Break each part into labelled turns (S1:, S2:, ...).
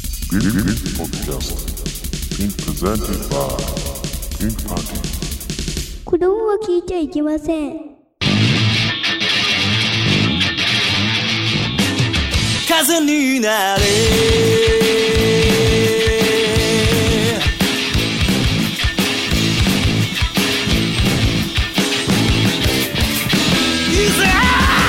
S1: This podcast is presented by Pink Party.
S2: 子供は聞いちゃいけません。
S3: 風になれいざ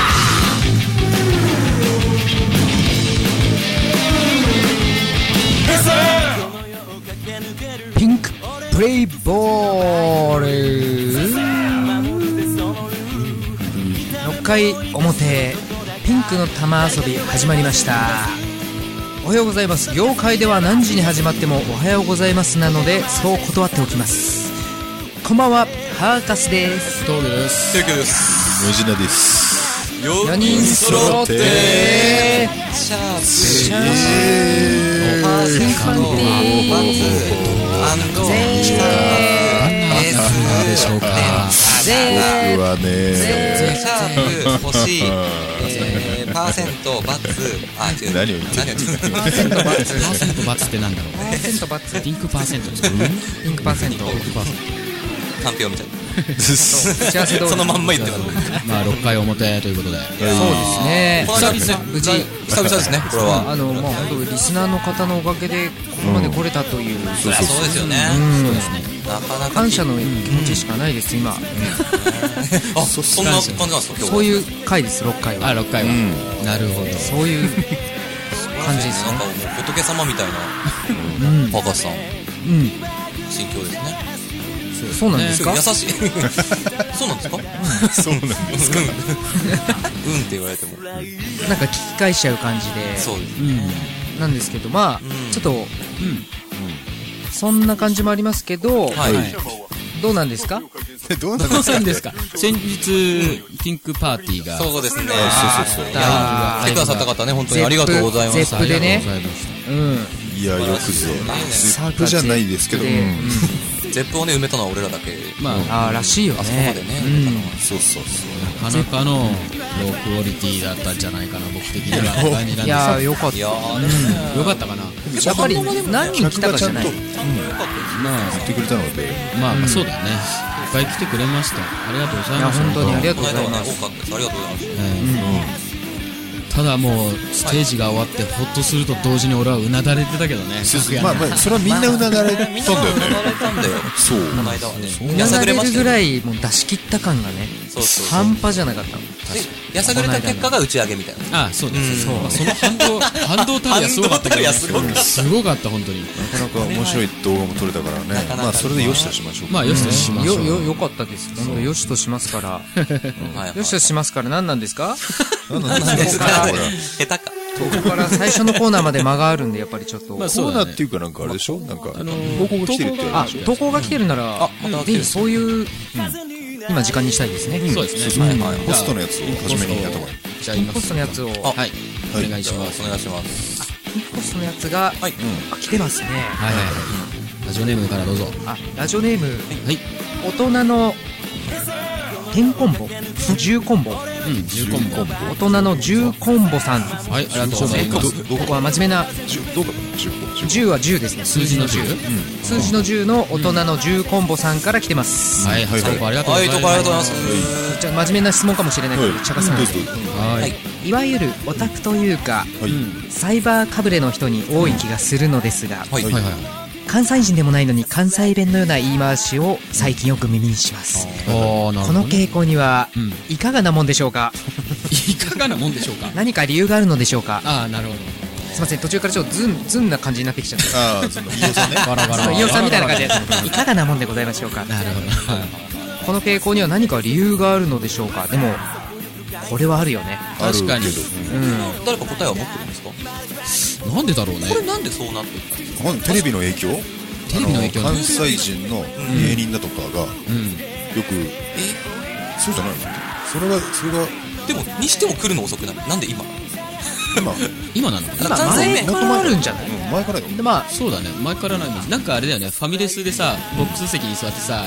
S4: ピンクプレイボール6回表ピンクの玉遊び始まりましたおはようございます業界では何時に始まってもおはようございますなのでそう断っておきますこんばんはハーカスです
S5: どうです
S6: 提供です。
S5: ムジナです
S4: 4
S6: 4
S4: 人揃って
S3: シャープ
S4: シャー
S3: パーセントのバツ
S5: 何でしょうか僕はね
S3: シャープ星えーパーセントバツあ違う
S6: 何を言ってる
S3: 何を言ってる
S4: パーセントバツ
S5: パーセントバツってなんだろ
S4: パーセントバツ
S5: うピンクパーセントですか
S4: ピンクパーセント
S3: カンピオみたいな
S4: 幸せ通り
S3: そのまんま言ってます
S5: まあ6回表ということで
S4: そうですね
S3: この間
S4: 無事
S3: 久々ですねこれは
S4: あのまあ本当リスナーの方のおかげでここまで来れたという、
S3: そりゃそうですよね
S4: うん
S3: なかなか
S4: 感謝の気持ちしかないです、今、
S3: あそんな感じなんですか今日
S4: そういう回です6回
S5: あ
S4: は
S5: 6回はなるほど
S4: そういう感じです
S3: なん
S4: ね
S3: かもう仏様みたいな
S4: うん
S3: パーカスさん
S4: う
S3: 心境ですね
S4: んそうなんです
S3: す
S4: か
S3: ごい優しいそうなんですか
S6: そうなんですか。
S3: うんって言われても
S4: なんか聞き返しちゃう感じで
S3: そうです
S4: うんなんですけどまあ、
S3: ん
S4: ちょっと、そんな感じもありますけど、
S3: はい
S4: どうなんですか
S6: どうなん
S5: そうなんですか先日ピンクパーティーが
S3: そうですね
S6: そうそうそう
S3: いやー来てくださった方ね本当にありがとうございまし
S4: ゼ
S3: た
S4: ップでね
S5: ありがとうございまし
S4: うん
S6: いやよくぞ。
S3: ね
S6: ゼップじゃないですけど、う
S4: うん
S6: ん
S3: ゼップをね埋めたのは俺らだけ
S5: たまあ
S4: ああらしいよね
S3: あそこまでね埋めたのは
S6: そうそうそう。
S5: なかなかのロークオリティだったんじゃないかな僕的にはって感じ
S4: う
S5: なんん
S4: い
S5: です
S4: やーよかっ
S3: い
S4: た
S3: や
S4: や
S3: ーでもね
S5: よかったかな
S4: っぱり何人来たかじゃない
S6: 客がちゃんと
S5: まあ
S6: 言ってくれたので、
S5: まあまあそうだよねいっぱい来てくれましたありがとうござい
S4: いや
S5: ました
S4: 本当にありがと
S3: こ
S4: う
S3: の
S4: ござ
S3: 間
S4: い
S3: はね
S4: ます
S3: 多かったですありがとうございます
S5: うんただもうステージが終わってホッとすると同時に俺はうなだれてたけどね楽屋
S6: まあ
S5: に
S6: まあそれはみんなうなだれたんだよね
S3: みん。なも乗られたんだよ
S6: そう。
S3: この間はね
S6: そう
S3: や
S4: や
S3: さ
S4: さ
S3: ぐ
S4: れ
S3: れま
S4: る
S3: した
S4: ぐ
S3: ね
S4: らいもう出し切った感がね
S3: そうそうそう
S4: 半端じゃなかった
S3: でやさぐれた結果が打ち上げみたいな
S5: あそうだそう
S4: うん
S5: だその反 動反動たりはすごかった
S3: 反動た
S5: けどね
S3: りはすごかった
S5: すごかった本当に
S6: なかなか面白い動画も撮れたからね。
S3: かなか
S6: まあそれでよしとしましょうか。
S5: まあよしとしましょ
S4: よよ
S5: う
S4: よかったです本当よしとしますから
S3: はいはい
S4: よしとしますから何なんですか
S6: なんだなん
S3: 何
S6: だ
S3: ですか
S6: これ
S3: 下手か
S4: ここから最初のコーナーまで間があるんでやっぱりちょっと
S5: まあ
S6: コ
S5: そう
S6: ー
S5: だ
S6: ナ
S5: ね
S6: ーっていうかなんかあれでしょなんか
S5: の
S6: 投稿が来てるって
S4: あ
S6: 話じゃない
S4: 投稿が来てるなら
S3: あまた来てる
S4: ぜひそういう今時間にしたいですね
S5: そうです
S6: そ
S5: ね
S6: う
S5: は
S6: そう
S5: いはい
S6: ホストのやつを初めにやった方がいい
S5: じゃあ今
S4: ポストのやつを
S3: あ
S5: はいお願いします
S3: お願いします
S4: ポストのやつが
S3: はい
S4: あ来てますね
S5: はいはいはいラジオネームからどうぞ
S4: あラジオネーム
S5: はい
S4: 大人の10コンボ10コンボ
S5: うん10コンボ
S4: 大人の10コンボさん
S5: はいありがとうございます
S6: ど
S4: ここは真面目な
S6: 十どうかな10個
S4: 10は10ですね
S5: 数字の10
S4: 数字の10の大人の10コンボさんから来てます、
S5: はいはい投稿ありがとうご
S3: は
S5: ざ
S3: いど
S5: い
S3: う
S5: ます
S3: もありがとうございます
S4: じゃあ真面目な質問かもしれないけど、茶化さないで
S5: はい
S3: はい
S4: いわゆるオタクというか
S6: はい
S4: サイバーかぶれの人に多い気がするのですが、
S3: はい
S5: はいはい
S4: 関西人でもないのに関西弁のような言い回しを最近よく耳にします
S5: おーな
S4: こ
S5: るほど
S4: の
S5: ね
S4: 傾向には
S5: うん
S4: いかがなもんでしょうか
S5: いかがなもんでしょうか
S4: 何か理由があるのでしょうか
S5: ああなるほど
S4: すいません途中からちょっとズンズンな感じになってきちゃっ
S6: あ
S4: た
S6: あその飯尾さんね
S5: バラバ
S4: そう飯尾さんみたいな感じでいかがなもんでございましょうか
S5: なるほど
S4: この傾向には何か理由があるのでしょうかでもこれはあるよね
S6: あるけ
S5: 確
S6: ど
S5: かに
S4: うん
S3: 誰か答えは持ってるんですかこ
S5: なんでだろうね
S3: れなんでそうなってるんですか
S6: ほんテレビの影響
S5: テレビの影響
S6: あ
S5: ね
S6: 関西人の芸人だとかがよ
S5: うん
S6: くそうじゃないのそれがそれが
S3: でもにしても来るの遅くないなんで今
S6: 今
S5: 今なのかな
S4: まあ
S3: 完全に
S4: 前からあるんじゃない
S6: うん前からよ
S4: でまあ
S5: そうだね前からないんですなんかあれだよねファミレスでさボックス席に座ってさ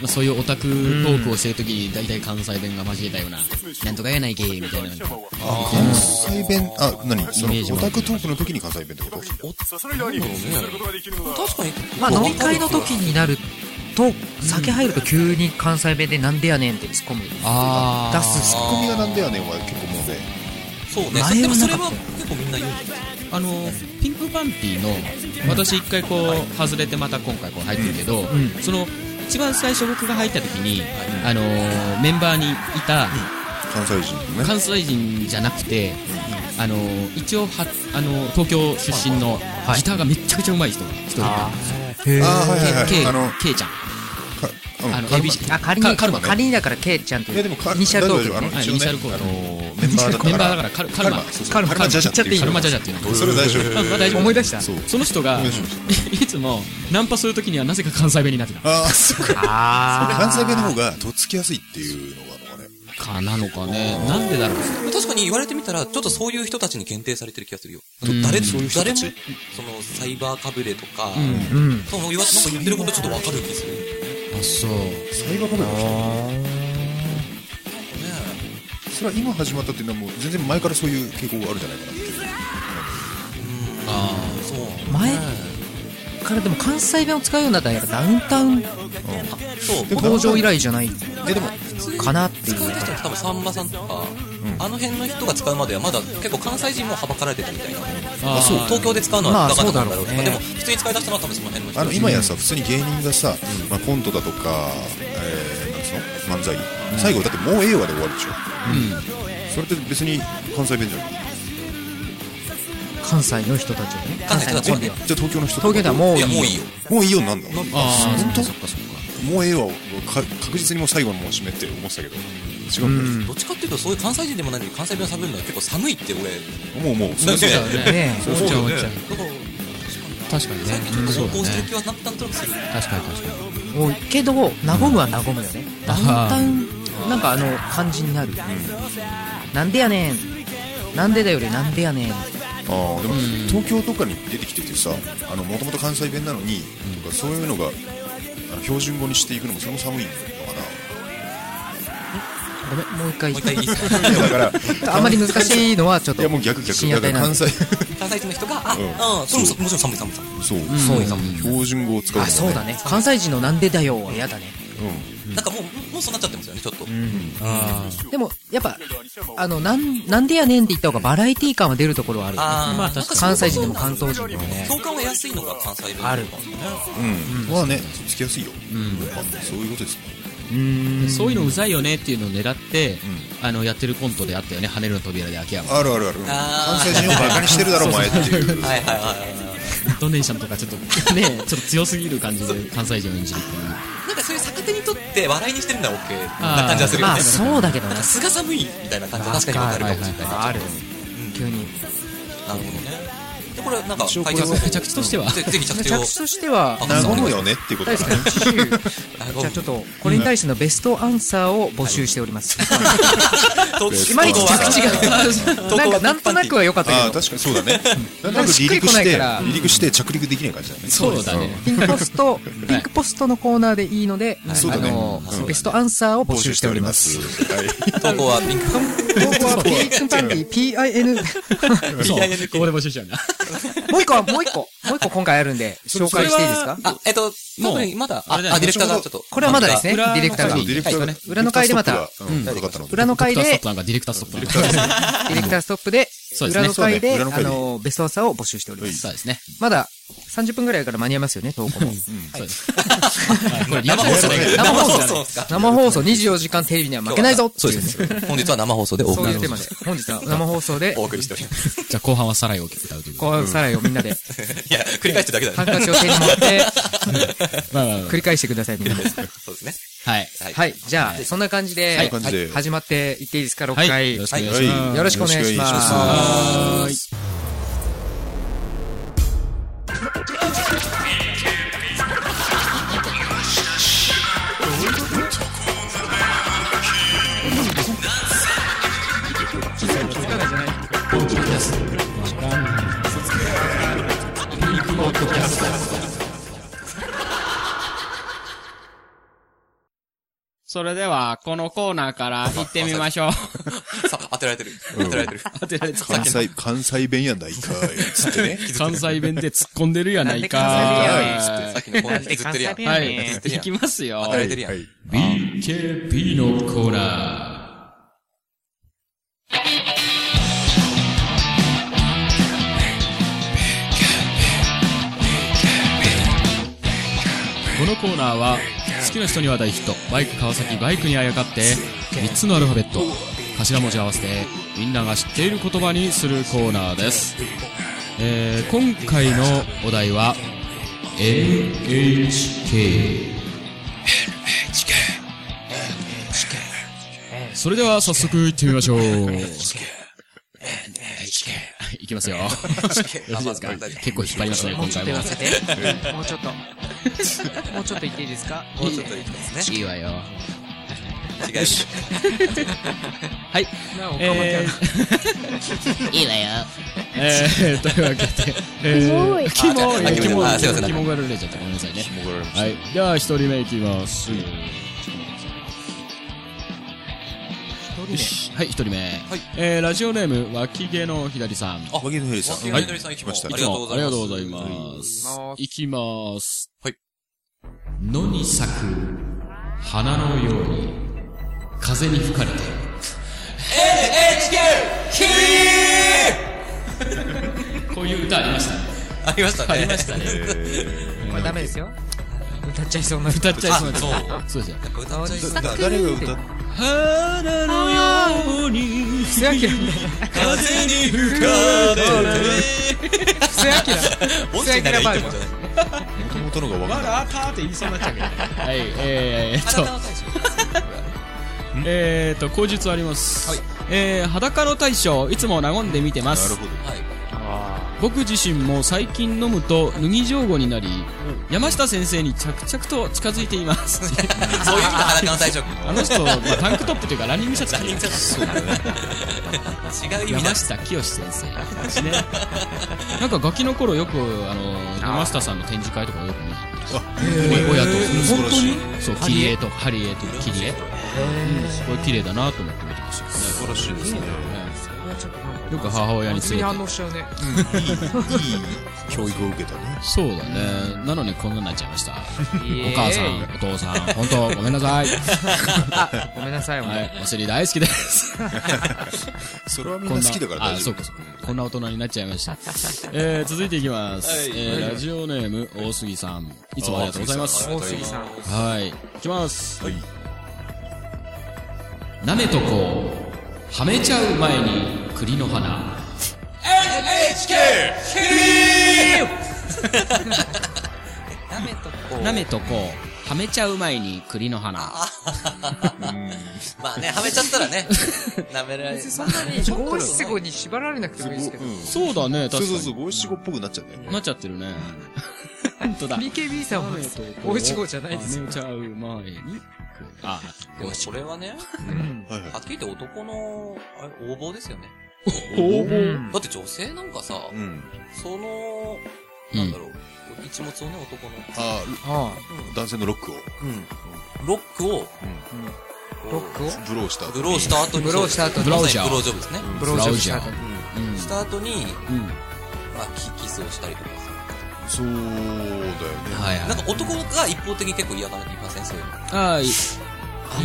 S5: まあそういうオタクトークをしてるときに、大体関西弁が交えたような、なんとかやないけ、みたいな。
S6: 関西弁、あ、何そ
S5: イメージ
S6: の、オ
S5: も
S6: タクトークの時に関西弁ってこと
S3: 確かに
S4: まあ飲み会の時になると酒入ると急に関西弁で「なんでやねん」って突っ込む
S5: あ
S4: 出す
S6: ツッコミがなんだよねんは結構もうね。
S3: そうね
S4: 前
S3: で
S4: は
S3: もそ
S4: な
S3: れ
S4: かった
S3: は結構みんな言うんじゃない
S5: あのピンクパンピーの私一回こう外れてまた今回こう入ってるけど、その一番最初僕が入った時に、あのメンバーにいた
S6: 関西人のね。
S5: 関西人じゃなくて、あの一応はあの東京出身のギターがめっちゃくちゃうまい人が一人いたんですよ
S6: ああ、はいはい
S5: け
S6: はい。あの、
S5: けいちゃん
S6: かうん
S5: あの
S6: カルマ
S5: ABC
S4: あ仮に
S5: カカルマね
S4: 仮にだからケイちゃんと
S6: い
S4: い
S6: や
S4: う
S6: でもカ
S4: イニシャルトー
S6: 大丈夫
S4: クね
S6: あの
S5: はい
S6: 一
S5: イ
S6: 応ね
S5: ニシャルコー
S6: あのメ
S5: ド
S6: ンバーだから
S5: メンバーだからカルカル
S6: カル
S5: マ
S6: マそうそう
S5: カルマ
S6: カルマジャジャっていう
S5: カルマジャジャっていうの
S6: それ大丈夫。
S5: まあ大丈夫
S4: 思い出した
S6: そう。
S5: その人が
S6: 思い出しま
S5: いつもナンパする時にはなぜか関西弁になってた
S6: ああ、そっか。
S4: あ
S6: 関西弁の方がとっつきやすいっていうのがあるのかね。
S5: かなのかねなんでだろう
S3: 確かに言われてみたら、ちょっとそういう人たちに限定されてる気がするよ。あと誰、誰も、その、サイバーかぶれとか、
S4: ーうん
S3: そう、なんか言ってることちょっとわかる気する。ね
S5: あそう
S6: 最後のそれは今始まったっていうのはもう全然前からそういう傾向があるんじゃないかなっていう。
S3: ああ、そう。
S4: 前からでも関西弁を使うようになったらやっぱダウンタウン
S3: そう、
S6: でも
S4: 登場以来じゃない
S6: で、でも、
S4: かなってい
S3: 使う
S4: う
S3: 人は多分さんまさんとか、あの辺の人が使うまではまだ結構関西人もはばかられてたみたいな。
S5: あそう
S3: 東京で使うの
S4: ま
S3: は
S4: あ
S3: なかったんだ
S4: そ
S3: ろ
S4: うだろ
S3: うと
S4: う
S3: か、
S4: ね
S3: でも普通に使い出したのは多分その辺の人
S6: あの今やさ、普通に芸人がさ、まあ、コントだとか、えー、なんつうの漫才、最後だってもうええわで終わるでしょ。それって別に関西弁じゃない。
S4: 関西の人たちをね
S3: 関
S4: 関西
S3: 西
S4: の
S3: の
S4: コン
S3: 人たち
S4: ビ
S3: は
S6: じゃあ東京の人とか
S4: 東京ではもう
S3: い
S4: い
S3: や、もう
S4: い
S3: いいよ。
S6: もういいようになんだ。
S5: あー
S6: 本当もうええわ、か確実にもう最後のもう締めって思ってたけど、違う
S4: うんん
S3: どっちかっていうと、そういう関西人でもないのに関西弁を喋るのは結構寒いって俺、
S6: もうもう、それ
S3: だよ
S5: だよね
S4: ね
S5: おっちゃんおっちゃ
S3: だか
S5: ん
S3: ら、
S5: 確かにね
S3: 最近ちょっと
S5: そう
S3: こうし
S5: だ
S3: て
S5: ね
S3: る気はなんとなくする。
S5: 確かに確かに
S4: 多いけど和むは和むよねダウンタウンなんかあの感じになるなんでやねんなんでだよりなんでやねん
S6: ああでも東京とかに出てきててさもともと関西弁なのに、とかそういうのがあの標準語にしていくのもそれも寒いのか
S4: ごめんもう一回
S3: もう一回いいですか
S6: ないやだから
S4: あんまり難しいのはちょっ
S6: い
S4: と
S6: やもう逆逆
S4: 深夜
S6: だか
S4: 帯
S6: ら
S4: なん
S6: 関
S4: で
S6: 西
S3: 関西人の人が、あ、
S6: うん
S3: うん、それももちろん寒い寒い寒い。
S6: そう、
S5: そうだ
S6: 標準語を使うのが
S4: あそうだね関西人のなんでだよは嫌だね
S3: なんかもう、もうそうなっちゃってますよね、ちょっと。
S4: でもやっぱあのなんなんでやねんって言った方がバラエティー感は出るところはあるよね
S3: あーまあ確かに
S4: 関西人でも関東人でもね
S3: 共感が安いのが関西弁。
S4: ある
S6: うん、うんまあねつきやすいよ、やっぱそういうことですね
S5: そういうのうざいよねっていうのを狙って、あのやってるコントであったよね「跳ねるの扉で秋山」
S6: あるあるあるうん
S3: あ
S6: 関
S3: ー
S6: 西人をバカにしてるだろお前っていう
S3: はいはいはいはい。
S5: ドネーションとかちょっと ねちょっと強すぎる感じで関西人を演じるっていう
S3: なんかそういう逆手にとって笑いにしてるのは OK
S5: あー
S3: な感じがするよ
S4: ま
S3: ね。
S4: あそうだけど
S3: なん
S4: ね
S3: か素が寒いみたいな感じは確かにわかるかもしれない。
S4: ある急に
S3: なるほどね。で、これなんか、
S6: 応これ
S3: 会長
S5: 着地としては
S3: ぜぜひ着
S4: 着
S3: 地を。
S4: 地としては
S3: あ
S6: 和むよねっていうこと
S4: 大
S6: だ
S4: 好き
S6: ね
S4: な20
S3: あ
S4: じゃあちょっとこれに対してのベストアンサーを募集しております、
S3: と
S4: いまいち着地が なんかなんとなくは良かった
S6: ああ
S4: け
S6: ー
S4: ど
S6: 確かにそうだねなんとなく離
S4: しっくり
S6: 陸
S4: こな
S6: し
S4: いか
S6: て
S4: ら
S6: 離陸して着陸できない感じだね
S5: そうだね
S4: ピンクポスト、ピンクポストのコーナーでいいので、
S6: そう
S4: あ
S6: だね
S4: の、
S6: うん
S4: ベストアンサーを
S6: うん
S4: 募集しております。
S6: はい
S3: 投稿はピンク。
S4: 投稿はピークンパンティ PIN。
S5: そう
S3: PIN
S5: ここで募集しちゃうな
S4: もう一個は、もう一個、もう一個今回あるんで、紹介していいですか
S3: あ、えっと、多
S5: もう
S3: 分まだ、あ、
S5: あ
S3: あ
S5: れ
S3: デ
S5: だよね
S3: ィレクターがちょっと。
S4: これはまだですね、デ
S5: 裏の
S4: ィレクターが。
S6: そうディレクターがね
S4: 裏の回でまた
S6: ディレクターストップがうんかかったので
S4: 裏の回
S5: ドクターストッ
S4: で
S5: プ、なんかディレクターストップなんか
S4: ディレクターストップで
S5: そう、ですね
S4: 裏の回で、
S6: そうね裏の
S4: あ
S6: 回で
S4: の、ベストアンサーを募集しております。
S5: そうですね
S4: まだ、30分くらいから間に合いますよね、投稿も。
S5: そうですはいこれ
S3: 生放送で。
S4: 生放送
S3: 生ですか。
S4: 生放送24時間テレビには負けないぞって
S3: そう
S4: い
S3: で
S4: うね、
S3: す。本日は生放送でお
S4: そ
S3: 送
S4: う
S3: り
S4: いうテーマで、本日は生放送で
S3: お、送りしております。
S5: じゃあ後半はサライを歌うという
S4: こう、さらいをみんなで、
S3: いや、繰り返してるだけだ
S4: ハンカ
S3: ね。
S4: チを手に持って、
S5: まあまあま
S4: 繰り返してください、みんな。
S3: そうですね。
S5: あはい
S4: はい、じゃあ、そんな感じで、
S6: そんな感じで
S4: はい始まっていっていいですか、6
S5: は
S4: 回。
S5: いよろしくお願いします
S6: はい
S4: よろしくお願いしま
S6: よろし
S4: す
S6: くお願いします
S5: それでは、このコーナーから行ってみましょ う。
S3: さ、当てられてる。当てられ てる。
S5: 当てられて
S3: さっ
S6: 関
S3: き
S6: 西、関西弁やないかい。つってね。
S5: 関西弁で突っ込んでるやないか
S3: さっきのコーナー引きずってるやん。
S5: は
S3: 当
S5: い。行きますよ。
S3: てられてるやん。
S5: BKP のコーナー。このコーナーは好きな人には大ヒットバイク川崎バイクにあやかって3つのアルファベット頭文字合わせてみんなが知っている言葉にするコーナーです、えー今回のお題は NHK それでは早速行ってみましょう。 いきますよ。よろしいですか
S3: あまず
S5: 結構引っ張りますね、今回も。
S4: もうちょっと。もうちょっと言っていいですか
S3: もうちょっといきますね。
S5: いいわよ。
S3: 違います。
S5: はい。えー いいわよ。えー、というわけで、え
S7: キモい
S5: ー、キ
S3: あ
S5: モい、キ
S3: キ
S5: モ
S3: モいあすいませ
S5: い、
S3: ん
S5: キモがられちゃった。ごめんなさいね。はい。では、一人目いきます。一人目。はい、一人目。
S3: はい
S5: えー、ラジオネーム、脇毛の左さん。
S3: あ
S6: 和牛のヘリさん。
S3: 和牛のヘリさんいつ
S6: 来
S3: も
S6: ました
S3: あ
S5: い
S3: り
S5: つ
S3: が
S5: も
S3: とうございます
S5: ありがとうございます。いきます。
S3: はい。
S5: 野に咲く花のように風に吹かれて。NHK! こういう歌ありましたね。
S3: ありましたね。
S5: ありましたね。
S4: これダメですよ。歌っちゃいそうな
S5: 歌っちゃい
S3: あ、
S5: そ
S3: そうう
S5: な。。そうですよ。
S3: 歌っちゃいそう。
S6: だだ誰が歌っ
S5: 花のように
S4: 布施明み
S3: 風に吹かれて。
S4: たいな。布施
S3: 音痴になりゃいいと思うんじゃない
S6: 元々のが和
S5: わらたって言いそうになっちゃうけどね。はい、えー、っと。えーっと、口述あります。
S3: はい
S5: えー、裸の大将、いつも和んで見てま
S6: 明。な
S5: す
S6: る。ほど。
S3: はい。
S5: 僕自身も最近飲むと脱ぎ上後になり、山下先生に着々と近づいています
S3: そういう意味で裸の大将。
S5: あの人、まあタンクトップというかランニングシャツ着てる
S6: そうだね。
S3: 違う意味だ
S5: 山。下清先生です ねなんかガキの頃よくあの山下さんの展示会とかよく見に行ってますお親と
S6: 本当に
S5: そう切り絵とかハリエとか切り絵うんすごい綺麗だなと思って見てました素晴らしいですねよく母親に連れて
S4: 応しちゃうね。
S6: いい教育を受けたね。
S5: そうだねなのにこんなになっちゃいました
S4: いえ
S5: お母さんお父さん本当ごめんなさい
S4: あ、ごめんなさい、もう
S5: はい、お尻大好きです。
S6: それはみんな好きだから
S5: あ、
S6: 大丈
S5: そう
S6: 夫
S5: か。そうか。こんな大人になっちゃいました。えー、続いていきます。えー、ラジオネーム、大杉さん。いつもありがとうございます。
S4: 大杉さん。
S5: はい。いきます。
S6: はい。
S5: なめとこう、はめちゃう前に栗の花。NHK! なめとこう、はめちゃう前に栗の花。
S3: まあね、はめちゃったらね、舐められる。
S4: そんなに五七五に縛られなくてもいいですけど。
S5: そうだね、
S6: そう
S5: 確
S6: そう
S5: か
S6: そう、五七五っぽくなっちゃったよね
S5: に。。なっちゃってるね。本当だ。
S4: BKB さんは五七五じゃないですよ。
S5: めちゃう前に。あ、
S3: でもこれはね、
S6: はいはい
S3: は。っきり言って男の、あれ、横暴ですよね。
S5: 応募。
S3: だって女性なんかさ、
S6: うん。
S3: その、なんだろう、一物をね、男の、
S6: あ
S4: あ
S6: ー男性のロックを。
S3: ロック
S4: あ、
S3: を、
S4: ロックを
S6: ブローした。
S3: ブローした後に、
S4: ブローした後に
S3: ブロージョ
S5: ブ
S3: ブ
S5: ロ
S3: ロー
S5: ー
S3: ジョブですね。
S4: ブロージョブした後に。
S5: うん
S3: した後に、
S5: うん。
S3: まあ、キキスをしたりとかさ。
S6: そうだよね。
S5: はい
S3: なんか男が一方的に結構嫌がらっていませんそういうの。
S5: はい。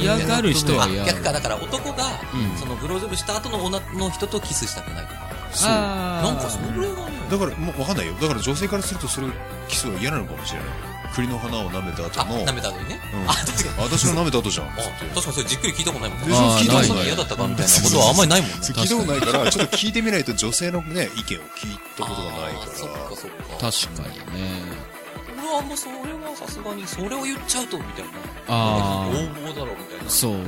S5: 嫌がる人は
S3: あ
S5: 嫌、が
S3: 逆
S5: る。
S3: か、だから男が、
S5: うん
S3: そのブロージョブした後の女の人とキスしたくないとか。
S6: そう。だ
S5: あ
S3: な
S5: ー
S3: んかそれがね、
S6: から、もうわかんないよ。だから女性からするとそれ、キスが嫌なのかもしれない。栗の花を舐めた
S3: あ、
S6: 後の。
S3: 舐めた後にね。
S6: うん
S3: あ、確かに。
S6: あ私の舐めた後じゃん。
S3: あ、確かにそれじっくり聞いたことないもん
S6: で
S3: ね。
S6: しょ
S5: あー
S6: 聞いたこと
S3: な
S6: ないい。
S3: 嫌だったかみたいなことはあんまりないもんね。
S6: 聞いたことないから、ちょっと聞いてみないと女性のね、意見を聞いたことがない
S3: あ
S6: か
S3: ーそっ
S6: ら
S3: か。そっか。
S5: 確かにね。
S3: 俺はあんまそれはさすがに、それを言っちゃうと、みたいな。
S5: あー
S3: 横暴だろ、みたいな。
S5: そう。
S4: 応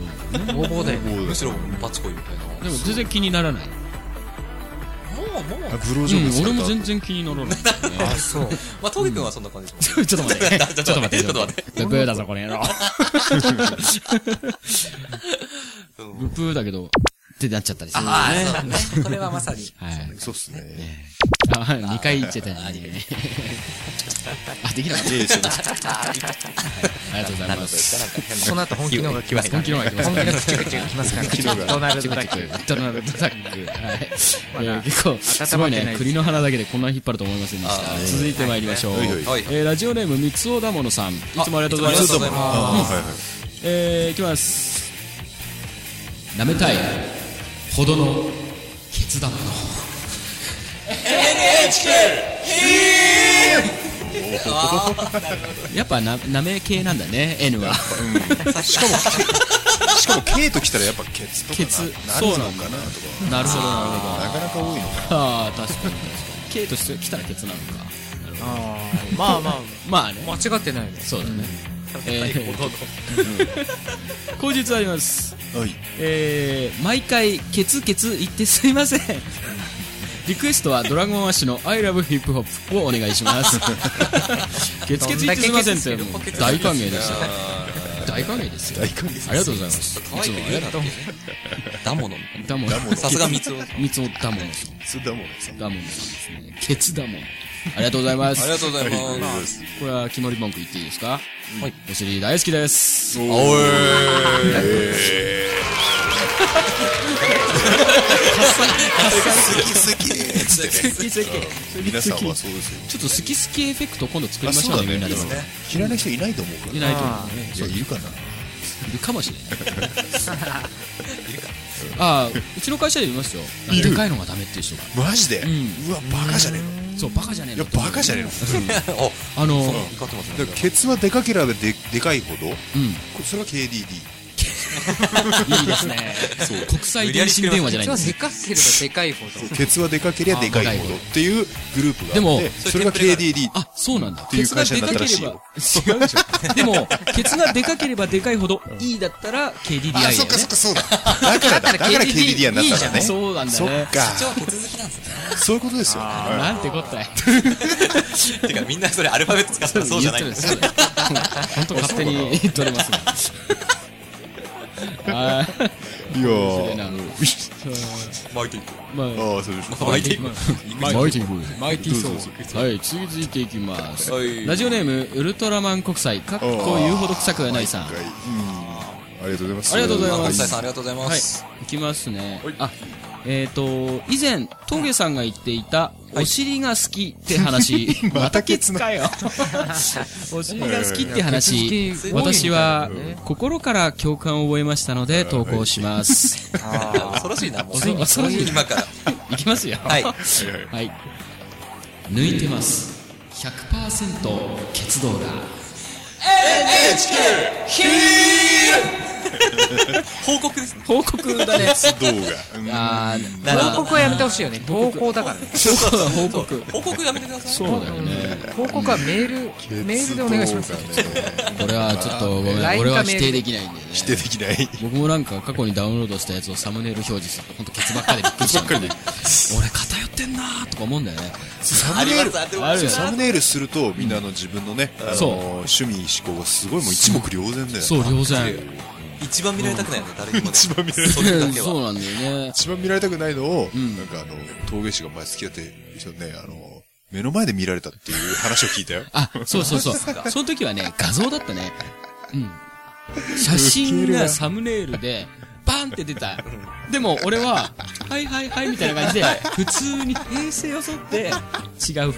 S4: 募で。
S6: もう
S3: むしろバチコイみたいな。
S5: でも全然気にならない。
S3: もう、もう。
S6: ブロージョブ
S5: うん、
S6: さ
S5: 俺
S6: れ
S5: も
S6: た後
S5: 全然気にならない。
S4: あ、そう。
S3: まあ、トゲ君はそんな感じです
S5: ちょっと待って。ちょっと待って。
S3: ちょっと待って。
S5: ブブーだぞ、この野郎。
S3: もん。う
S5: ブ
S3: ん
S5: ブーだけど、ってなっちゃったりするん
S3: あ
S5: ですね。
S3: あ、そうね。これはまさに。
S5: はい。
S6: そうっすね。
S5: あ、2回言っちゃったね。 あ、できなかった。
S6: いいですよね。
S5: ありがとうございま
S3: 言った
S5: す。
S3: なんか変な。
S4: その後本気の方が来ますから、
S5: 本気の方が来ます
S4: 本気のチクチク来ますから。
S6: 気の方 が
S4: ドナルドダック。
S5: ドナルドダック。はい。い
S4: ま
S5: や
S4: だ
S5: 結構、すご
S4: 温
S5: い
S4: まってない
S5: ね。
S4: です
S5: 栗の花だけでこんなに引っ張ると思いませんでした。続いて参りましょう。
S6: はいはい
S3: はい
S5: えーラジオネーム、三つおだものさん。いつもありがとうございます。
S3: いつもありがとうございます
S6: ああ、はいはい。
S5: えー、いきます舐めたいほどの決断の NHK やっぱな舐め系なんだね N は
S6: しかも、しかも K ときたらやっぱケツとか
S5: ケ
S6: な
S5: ツ
S6: なるのかなと
S5: なるほどなるほ
S6: か、なかなか多いのか
S5: どああ確かに確かに K として来たらケツなのか
S4: あーまあま
S5: まあね
S4: あ、間違ってないね。
S5: そうだ ね、えー、口実あります
S6: な。はい。
S5: えー、毎回ケツケツ言ってすいません リクエストはドラゴンアッシュの「ILOVEHIPHOP」をお願いします ケツケツ言ってすいませんってもう大歓迎でした大歓迎ですよ
S6: 大歓迎です
S5: ありがとうございますいつ
S3: 可愛い子
S5: もあ
S3: い
S5: り
S3: る
S5: が
S3: なって
S5: とう
S3: ね。ダモのみたい
S5: ダモ
S6: ダモ
S3: な。さすが三つ男。
S5: 三つおダモンさ
S6: ケ
S5: ん
S6: ツだもんね。
S5: ダモンさんですねケツダモンありがとうございます
S3: ありがとうござい
S6: ありがとうござい
S3: ま。
S6: ますす
S5: これはキモリ文句言っていいですか
S3: はい
S5: お尻大好きです
S6: おー好き好きつってね。皆さんはそうですよ。
S5: ちょっと好き好きエフェクト今度作り
S6: あ、
S5: まし
S6: そ
S5: ょ
S6: う
S5: う
S6: だ
S5: ねみんな
S6: ね
S5: でも。
S6: 嫌いな人いないと思うから。
S5: いないと思うね
S6: いや、いるかな。
S5: いるかもしれ ない。ああ、うちの会社でいますよ。
S6: いる
S5: でかいのがダメっていう人が。
S6: マジで
S5: ん
S6: うわ、バカじゃねえ
S5: そう、バカじゃねえ
S6: の。
S5: の
S6: いや、バカじゃねえの。
S3: お、
S5: あの、
S3: そう、怒ってます
S6: だ
S3: ね
S6: から。ケツはでかければででかいほど、
S5: うん。
S6: こそれは KDD。
S5: いいですね。そう、国際電信電話じゃないんですよ。
S4: かければでかいほど。
S6: ケツはでかけりゃでかいほどっていうグループがあって、
S5: でも
S6: それが KDD。
S5: あ、そうなんだ。
S6: ていう会社になったらしいよ
S5: ケツがでかければ、違うでしょ。 でも、ケツがでかければでかいほど、いいだったら KDDI だよね。
S6: かそうだ。だからだ、だから KDD になったんだね。
S5: そうなんだね。
S6: か。
S3: 一応手続きなんですね。
S6: そういうことですよ。
S5: なんてこったい。
S3: てかみんなそれアルファベット使ったらそうじゃないん
S5: 言
S3: で
S5: っ
S3: す
S5: てるそうだよ 本当勝手に言っておりますね。あー
S6: いや
S5: いな
S6: ー。
S3: 巻いていく。
S5: まあ、
S6: ああ、そうでしょ。
S3: 巻いていく。
S5: マイティーマイティーソーはい、続いていきます。
S3: はい
S5: ラジオネーム、ウルトラマン国際、かっこ言うほど臭くはないさん。
S6: 一
S5: は
S6: 回うんありがとうございます。
S5: ありがとうございま
S3: 国
S5: す
S3: 際さんありがとうございま
S5: い
S3: す。、
S5: いきますね。あ、えっ、と、以前、峠さんが言っていた、お尻が好きって 話。またケツかよ。 お尻が好きって話。私は、心から共感を覚えましたので、投稿し ます。
S3: 恐ろしいな、もう。
S5: 恐ろ恐ろしい
S3: 今から。
S5: いきますよ。
S3: はい。
S5: はい。抜いてます。100%血道が。
S3: 報告ですね。
S5: 報告だね。
S6: 動画。
S5: あ
S3: だから
S4: 報告はやめてほ しいよね。報告だからね。
S5: そうそう報告。
S3: 報告やめてください。
S5: そうだよね。
S4: 報告はメール、メールでお願いします。
S6: す。
S5: これはちょっとごめん、
S4: LINE
S5: 俺は
S4: かメー
S5: 否
S4: ル
S5: 定できないんでね。
S6: 否定できない。
S5: 僕もなんか過去にダウンロードしたやつをサムネイル表示すると、ほんとケツばっかでびっくりしちゃうんだよね。俺偏ってんなーとか思うんだよね。
S6: サム
S3: あり
S6: ネイ
S3: ま
S6: ル
S3: す、。あり
S5: あ
S3: ま
S5: る
S3: す。
S5: よ
S6: サムネイルすると、みんなあの自分のね、あ
S5: そう
S6: の趣味、思考がすごいもう一目瞭然だよね。
S5: そう、両然。
S3: 一番見られたくないよね、誰にも。一番見られそ
S5: そ
S3: れだけ
S5: う
S3: は。
S5: なんだよね。
S6: 一番見られたくないのを、なんかあの、峠師が前付き合ってる人ね、あの、目の前で見られたっていう話を聞いたよ。
S5: あ、そうそうそう。その時はね、画像だったね。うん。写真がサムネイルで、バンって出た。でも俺は、はいはいはいみたいな感じで、普通に平成を沿って、違うフ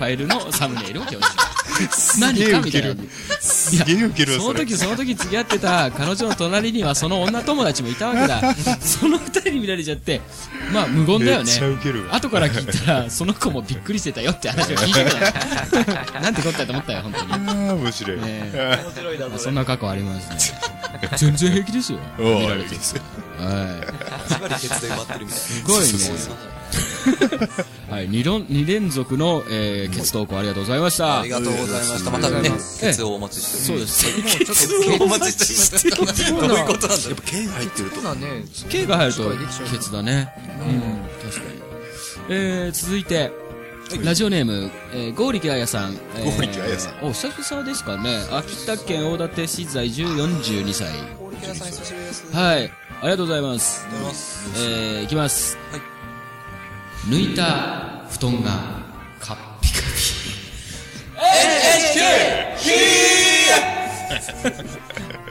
S5: ァイルのサムネイルを表示した。何かみたいな。す
S6: げえウケるわ
S5: そ
S6: そ
S5: の
S6: れ
S5: 時その時付き合ってた彼女の隣にはその女友達もいたわ けだ。その二人に見られちゃって、まあ無言だよ
S6: め
S5: ね。
S6: っちゃウケるわ
S5: 後から聞いたら、その子もびっくりしてたよって話を聞いて たよなんてこったと思ったよ、本当に。
S6: ああ、面白い。
S5: ねえそんな過去ありますね。全然平気ですよ。
S6: おー
S5: 見られ
S6: い
S5: て
S6: い
S5: る
S6: で。すよ
S5: はい。
S3: 一割決断埋まってるみたいな。す
S5: ごいね
S3: ね。
S5: はい。二論二連続の、えー、決投稿ありがとうございました。
S3: ありがとうございました。またね、決をお待ちして
S5: そう
S3: る。
S5: です。
S3: 決をお待ちしてる。どういうことなんだろう。
S6: 剣入ってると。
S4: まあね、
S5: K が入ると、ケツだね。うん。確かに。えー、続いて、ラジオネーム、えー、ゴーリキアヤさん。えー
S6: 剛力彩さん。
S5: お、久々ですかね。秋田県大館市在住42歳。
S3: 皆さん久しぶりです。
S5: はい。ありがとうございます。えー、いきます。
S3: はい
S5: 抜いた布団がカッピカピ。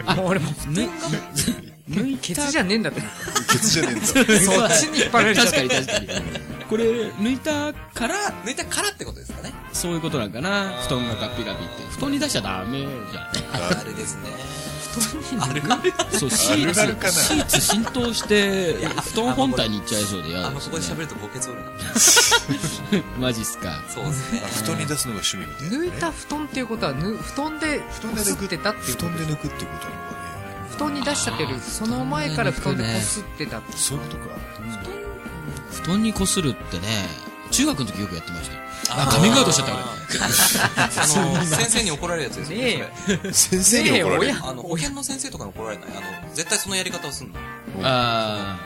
S4: あ、もう俺も、抜い、抜い、ケツじゃねえんだって。
S6: ケツじゃねえ んだ。
S4: そっちに引っ張られちゃった。
S5: 確かに確かに。これ、抜いたから、
S3: 抜いたからってことですかね
S5: そういうことなんかな。布団がカッピカピって。布団に出しちゃダメじゃ
S3: あれですねあるある
S5: ん。そう、シーツ
S6: あるあるか、な
S5: シーツ浸透して、布団本体に行っちゃいそうで
S3: あ
S5: や
S3: んま
S5: で
S3: ここです喋
S5: ね。
S3: るとボケそうな
S5: マジっすか。
S3: そうですね
S6: 布団に出すのが趣味みたいなね。
S4: 抜いた布団っていうことは、ぬ布団で、布
S6: 布団
S4: 団
S6: で
S4: で
S6: 抜
S4: 擦
S6: く
S4: ってたっていう
S6: 布
S4: こと
S6: 団で抜くっていうことなのかね。
S4: 布団に出しちゃってる。その前から布団で擦ってた。
S6: そういうことか。
S5: 布団にこするってね、中学の時よくやってましたよ。あ、カミングアウトしちゃった俺。
S3: あの先生に怒られるやつですよ
S4: ねえよ
S3: ね
S6: 先生に怒られる。
S4: ねえ
S3: それあの保健の先生とかに怒られないあの絶対そのやり方をすんの
S5: あ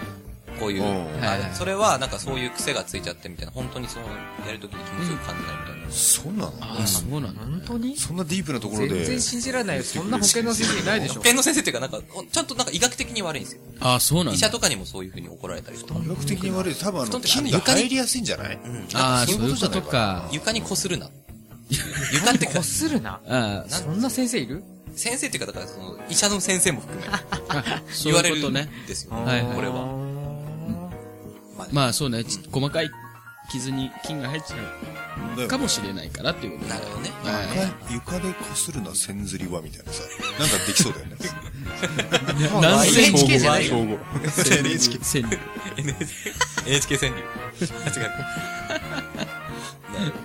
S3: こういううんあ
S5: はいはい
S3: それはなんかそういう癖がついちゃってみたいな本当にそのやるときに気持ちよく感じないみたいな
S6: そんなの
S5: あ、あそうなの
S4: 本当に
S6: そんなディープなところ
S4: 全
S6: で。
S4: 然信じられないよ。そんな保険の先生いないでしょ
S3: 保。健の先生っていうかなんかちゃんとなんか医学的に悪いんですよ
S5: あ、そうな
S3: 医
S5: ん
S3: 者
S5: だ。
S3: とかにもそういうふうに怒られたりとか
S6: 医学的に悪い。多分あ
S3: 布
S6: の、
S3: 団ってあの
S6: 菌が入りやすいんじゃない
S5: ああ、そういうことか。
S3: 床に擦るな床ってか
S4: こするな。
S5: ああ、
S4: そんな先生いる
S3: 先生っていうかだからその医者の先生も含め
S5: そう
S3: 言われ
S5: いうこ
S3: る
S5: とね。
S3: んですよ
S5: はい
S3: これは
S5: まあそうね、ち細かい傷に菌が入っちゃうかもしれないからっていうこと
S3: なるほどね
S5: はい
S6: 床でこするな、千ずりは、みたいなさ。なんかできそうだよね。
S5: 何千も
S4: NHK じゃないよ。
S6: 称号。NHK。
S5: 千里
S3: NHK 川柳 間違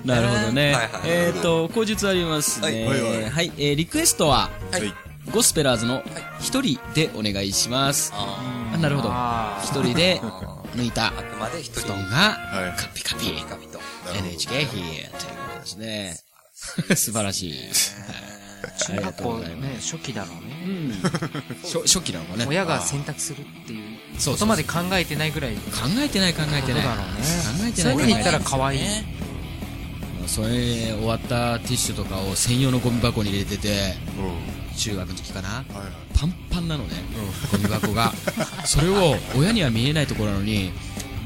S5: なるほど
S3: は
S5: ね
S3: いはい。
S5: えっと、後日ありますね。
S6: はいはいはい
S5: はい、えーリクエストは、
S6: はい。
S5: ゴスペラーズの一人でお願いします。
S3: あ
S5: あなるほど。
S4: あ
S5: 一人で抜い
S3: あ
S5: た
S3: あくまで一
S5: 布
S3: 人
S5: 団が
S6: はい。
S5: カピカピ。
S3: ピカピと
S5: NHK here ということですね。素晴らしい。
S4: 中
S5: ありが
S4: 学
S5: とう
S4: 校
S5: ございま
S4: ね、初期だろうね。
S5: うん。初初期なのかね。
S4: 親が
S5: 考
S4: 選択するっていう
S5: そうそう
S4: ことまで考えてないぐらい。
S5: えてない考えてない。
S4: そうだろうね
S5: 考えて
S4: そ
S5: な
S4: う
S5: い
S4: いう意
S5: 考
S4: 味で言
S5: えてない
S4: ったら可愛い。
S5: それ終わったティッシュとかを専用のゴミ箱に入れてて中学の時かな
S6: はいはい。
S5: パンパンなのね、ゴミ箱がそれを親には見えないところなのに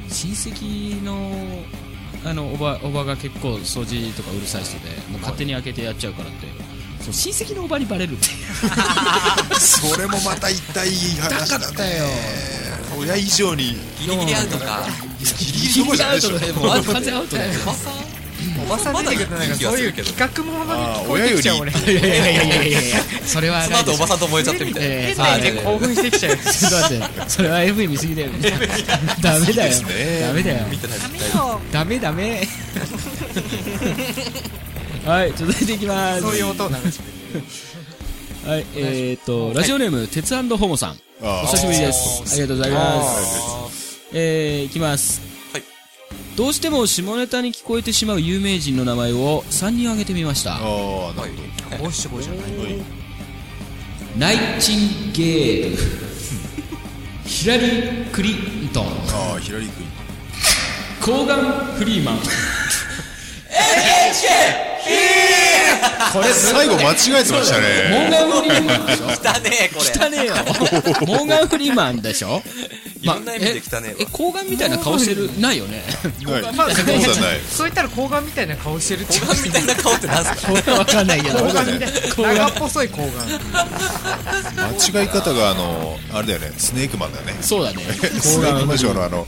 S5: 親戚のあのおばおばが結構掃除とかうるさい人でもう勝手に開けてやっちゃうからってそう親戚のおばにバレるって
S6: それもまた痛い話だったよ。親以上に。
S3: ギリギリアウトか
S6: ギリギリどころじゃ ないでしょ。
S5: もう完全アウトだよ
S3: おばさんお
S4: おばさ
S3: ば
S4: ん出てくるとなんかそういう企画ものに聞こえてきちゃう俺。
S5: いやいやいやいやいやいやそれは
S3: その後おば
S5: さ
S3: さんと燃えちゃってみたいな
S5: ええ
S4: 変な意味で興奮してきちゃう。
S5: ちょっと待ってそれは FE 見過ぎだよねダメだよダメだよ
S3: 見てないみたい
S5: ダメダメ はい続いていきます
S4: そういう音を流して
S5: はいえー、っとラジオネーム鉄ホモさん
S6: あー
S5: お久しぶりですありがとうございますえー、いきます
S3: はい
S5: どうしても下ネタに聞こえてしまう有名人の名前を3人挙げてみました
S6: ああ、なる
S4: 五七五じゃない。
S6: ほど。はい
S5: ナイチンゲールヒラリー・クリントン
S6: ああ、ヒラリー君。
S5: コーガン・フリーマン
S6: これ最後間違えてましたね。
S5: モーガン・フリーマンでしょ
S3: な汚ねえこれ
S5: 汚ねえよモーガン・フリーマンでしょ
S3: いろんな意味で汚ね
S5: え
S3: え
S5: え
S3: わ
S5: 抗がんみたいな顔してるないよ ね
S6: はい。
S4: まあ、
S6: そうじゃない。
S4: そういったら睾丸みたいな顔してるっていう。
S3: おばさんみたいな顔ってなんすか
S5: これはわかんないけど
S4: 睾丸みた いな。長っぽそい睾丸。
S6: 間違い方があのあれだよねスネークマンだよね
S5: そうだね
S6: スネークマンショーのあの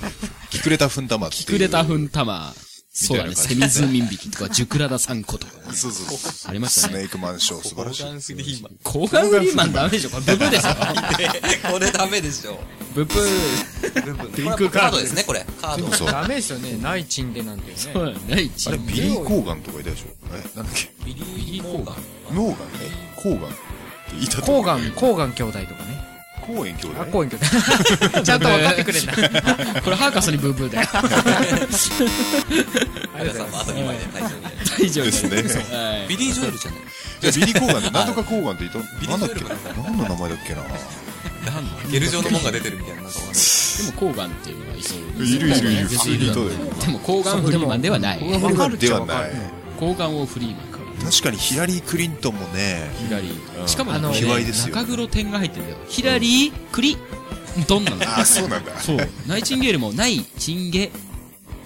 S6: キクレタフン玉っていう
S5: くれたふんたまそうだね
S6: みたいな感
S5: セ
S6: じ
S5: ミズミンビキとかジュクラダサンコとか
S6: そうそうそう
S5: ありました
S6: ス
S5: ね
S6: ネークマンショー素晴らしい
S3: ンスリーマン
S5: 抗がんフリーマンダメでしょこれブブでしょ
S3: これダメでしょ
S5: ブブ
S3: ピンクカードですねこれカー
S6: で
S3: ド
S6: もそうあ
S4: ダメですよね。ないチンゲなんだよね。
S5: そうだねナイチ
S6: れ
S5: ン
S6: ビリー・コーガンとかいたでしょえなんだっけ
S3: ビリー・モーガン
S6: ノーガンねコーガンっていたと
S4: 睾
S6: 思う
S4: 丸、睾丸兄弟とかね。
S6: コーエン兄弟
S4: あ、睾丸兄弟。ちゃんと分かってくれんだ。
S5: これハーカスにブ ブだよ
S3: 皆さんもあと2枚で対象に
S5: 大丈夫
S6: ですね
S5: はい
S3: ビリー・ジョエルじゃない
S6: じゃあビリー・コーガンでなんとかコーガンっていた
S3: リー
S6: なんだっけ
S3: コー
S6: 何の名前だっけな
S3: ゲル状のもんが出てるみたいななんかわかんない
S5: でも抗がんっていうのはいそう
S6: いるいるいる普
S5: 絶対
S6: 通にいたよ
S5: でも抗がんフリーマンではない
S4: わかるっ
S6: で
S4: ちゃ
S6: は
S4: 分か
S6: な
S4: る
S6: い。
S5: 抗がんをフリーマン
S6: 確かにヒラリー・クリントンもね
S5: ヒラリ
S6: う
S5: ー。
S6: ん
S5: しかもなんか、
S4: あの
S5: ね、
S6: 卑猥ですよ
S5: 中黒点が入ってんだよ。ヒラリー、クリ、ドンなんだよ。
S6: ああそうなんだ
S5: そう。ナイチンゲールも、ない、チンゲ、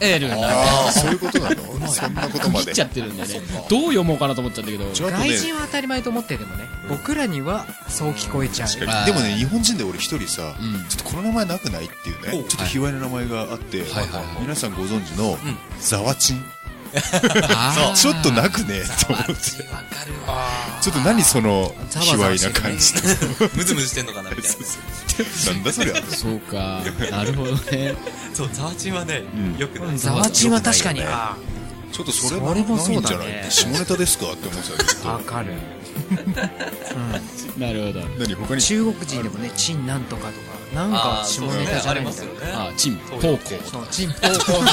S5: エールなんだよ。
S6: ああそういうことなのそんなことま
S5: 切
S6: で
S5: っちゃってるんだよね。どう読もうかなと思っちゃったけど。
S6: ちょっとね
S4: 外人は当たり前と思ってでもね僕らにはそう聞こえちゃう
S6: 確かにでもね日本人で俺一人さ、
S5: うん
S6: ちょっとこの名前なくないっていうねちょっと卑猥な名前があって、
S5: はいはいはい
S6: 皆さんご存知のザワチン
S5: あー
S6: ちょっとなくねと思ってちょっと何その
S4: ざ
S6: 卑
S4: わざわし
S6: 猥
S4: て
S6: な
S4: るね
S6: 感じ
S3: ムズムズしてんのかなみたいな。
S6: なんだそりゃ
S5: そうか。なるほどね。
S3: そう、ザワチンはね、よくない。
S4: ザワチンは確かに
S6: よくないよね
S4: あ
S6: ちょっとそれ
S4: それも
S6: ないんじ
S4: そ
S6: ゃ
S4: うだ
S6: ない、
S4: ね
S6: 下ネタですかって思ってたけ
S4: ーわかる
S5: なるほど。
S6: ど何他に
S4: 中国人でもね「チンなんとか」とかなんか下ネタじゃな
S3: あり
S4: い
S3: ま
S4: み
S3: す
S4: たい
S3: よ
S4: な
S3: ね。
S5: あー、チン、ポーコー。
S4: そうチンポーポー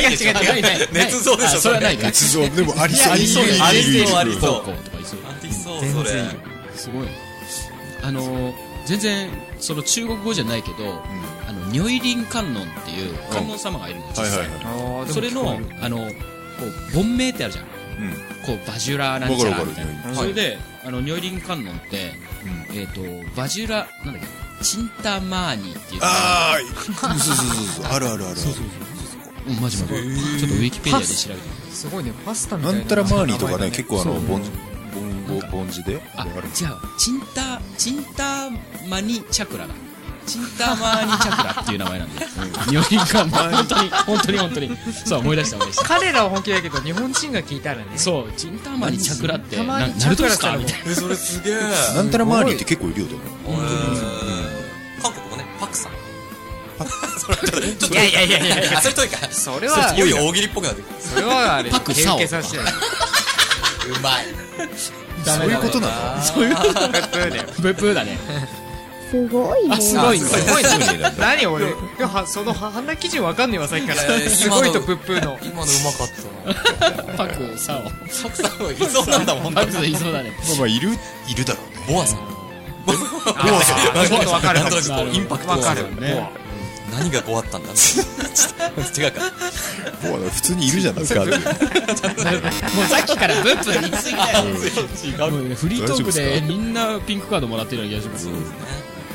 S3: 違う違う
S5: ないないない
S3: 熱造でしょ
S5: あそれはないか。
S6: 実像でもありそう
S5: ありそう
S6: いいいい
S5: あり
S6: いい
S5: そうあり
S3: そ
S5: そううとかいそう
S3: ありそう、
S4: 全
S3: それ。
S4: 然いる
S5: すごいあのー全然その中国語じゃないけど、あの如意輪観音っていう観音様がいるんですよ、
S6: はいはいはい
S4: あーでも
S5: それ
S4: 聞
S5: の
S4: こえる
S5: あのこう梵名ってあるじゃんこうバジュラーなんちゃらみた
S6: わか
S5: い
S6: るわ
S5: な、
S6: か
S4: る
S5: それであの如意輪観音って、えっ、とバジュラなんだっけチンタマーニーっていう
S6: ああそうそうそうそうあるあるある
S5: うんマジマジちょっとウィキペディアで調べてみて
S4: すごいねパスタみた
S6: ない
S4: なん
S6: たらマーニーとかね結構あの
S4: そう
S6: ボンボンボン字で
S5: あ
S6: あれある
S5: 違うチンタチンタマニチャクラだチンタマニチャクラっていう名前なんで如意輪観音本当に本当に本当にそう思い出した思い出し た
S4: 彼らは本気だけど日本人が聞いたらね
S5: そう、チンタマにチャクラって、
S4: たま
S5: な
S4: に
S5: ナルトですか
S4: チャクラってあるもん
S5: みたいな。
S3: え、それすげえ。
S6: なんたらマーニーって結構いるよ でも
S3: 韓国もね、パクさん。それちょっと、
S4: いやいやいやいやいや
S3: あ、それといか。そ
S4: それはい
S3: よいよ大喜利っぽくなってくる。
S4: それはあれ
S5: パクサオ
S4: させてやる
S3: うまい。
S6: そういうことなの
S5: そういうことブーブーだね。
S2: すごいね。
S5: すごいね。
S4: すごいね何俺はそのは判断基準わかんねえわさっきから
S3: いやいや
S4: すごいとプップーの
S3: 今のうまかったな。
S5: パク、サオ。
S3: パクさんはいそうなんだもん。
S5: パクといそうだね。
S6: まあまあいるいるだろうね
S3: ボアさん。
S4: あそうそうわかる
S3: なんとなくこうインパクト
S4: わか
S3: が
S4: るね
S3: 何がボアったんだ違うか。
S6: もう普通にいるじゃないですか
S5: もうさっきからブーブー言い過ぎだよ。もうねフリー
S6: 大
S5: トーク
S6: 丈夫です
S5: でみんなピンクカードもらってるような気がします。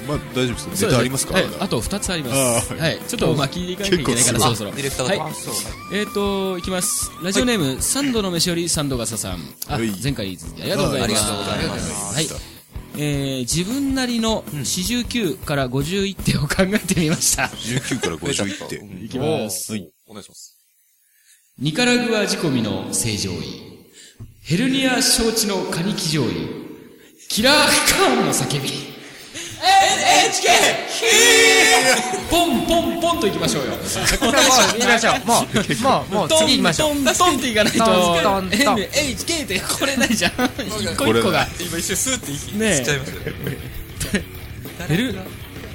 S6: まあ大丈夫ですネタありますか
S5: は
S6: ま
S5: い
S6: だ
S5: あと2つありま
S6: あ
S5: す。はい。ちょっとまあ聞いていかなきゃいけないから、
S6: 結構すご
S5: そろ
S6: い
S5: そろ。
S3: ディレクターだ
S5: はいえーと、いきます。ラジオネーム、サンドの飯よりサンドガサさん。あ
S6: はい、
S5: 前回に続きありがとうございます。
S3: あありがとうございます
S5: はい。えー自分なりの49から51点を考えてみました。
S6: 19から51って
S3: うん
S5: いきます。
S3: お願いします。
S5: ニカラグア仕込みの正常位。ヘルニア承知のカニ騎乗位。キラーカーンの叫び。NHK! ポンポンポンと行きましょうよ。
S4: もう行きましょうもうもうもう次行きましょう
S5: トントンっていかない
S4: ト
S5: と。
S4: ントントン
S5: NHK ってこれないじゃん。一個
S6: これ
S5: 一個が。
S3: 今一瞬スーって息
S5: ねえ
S3: しちゃいましたよ。
S5: ペル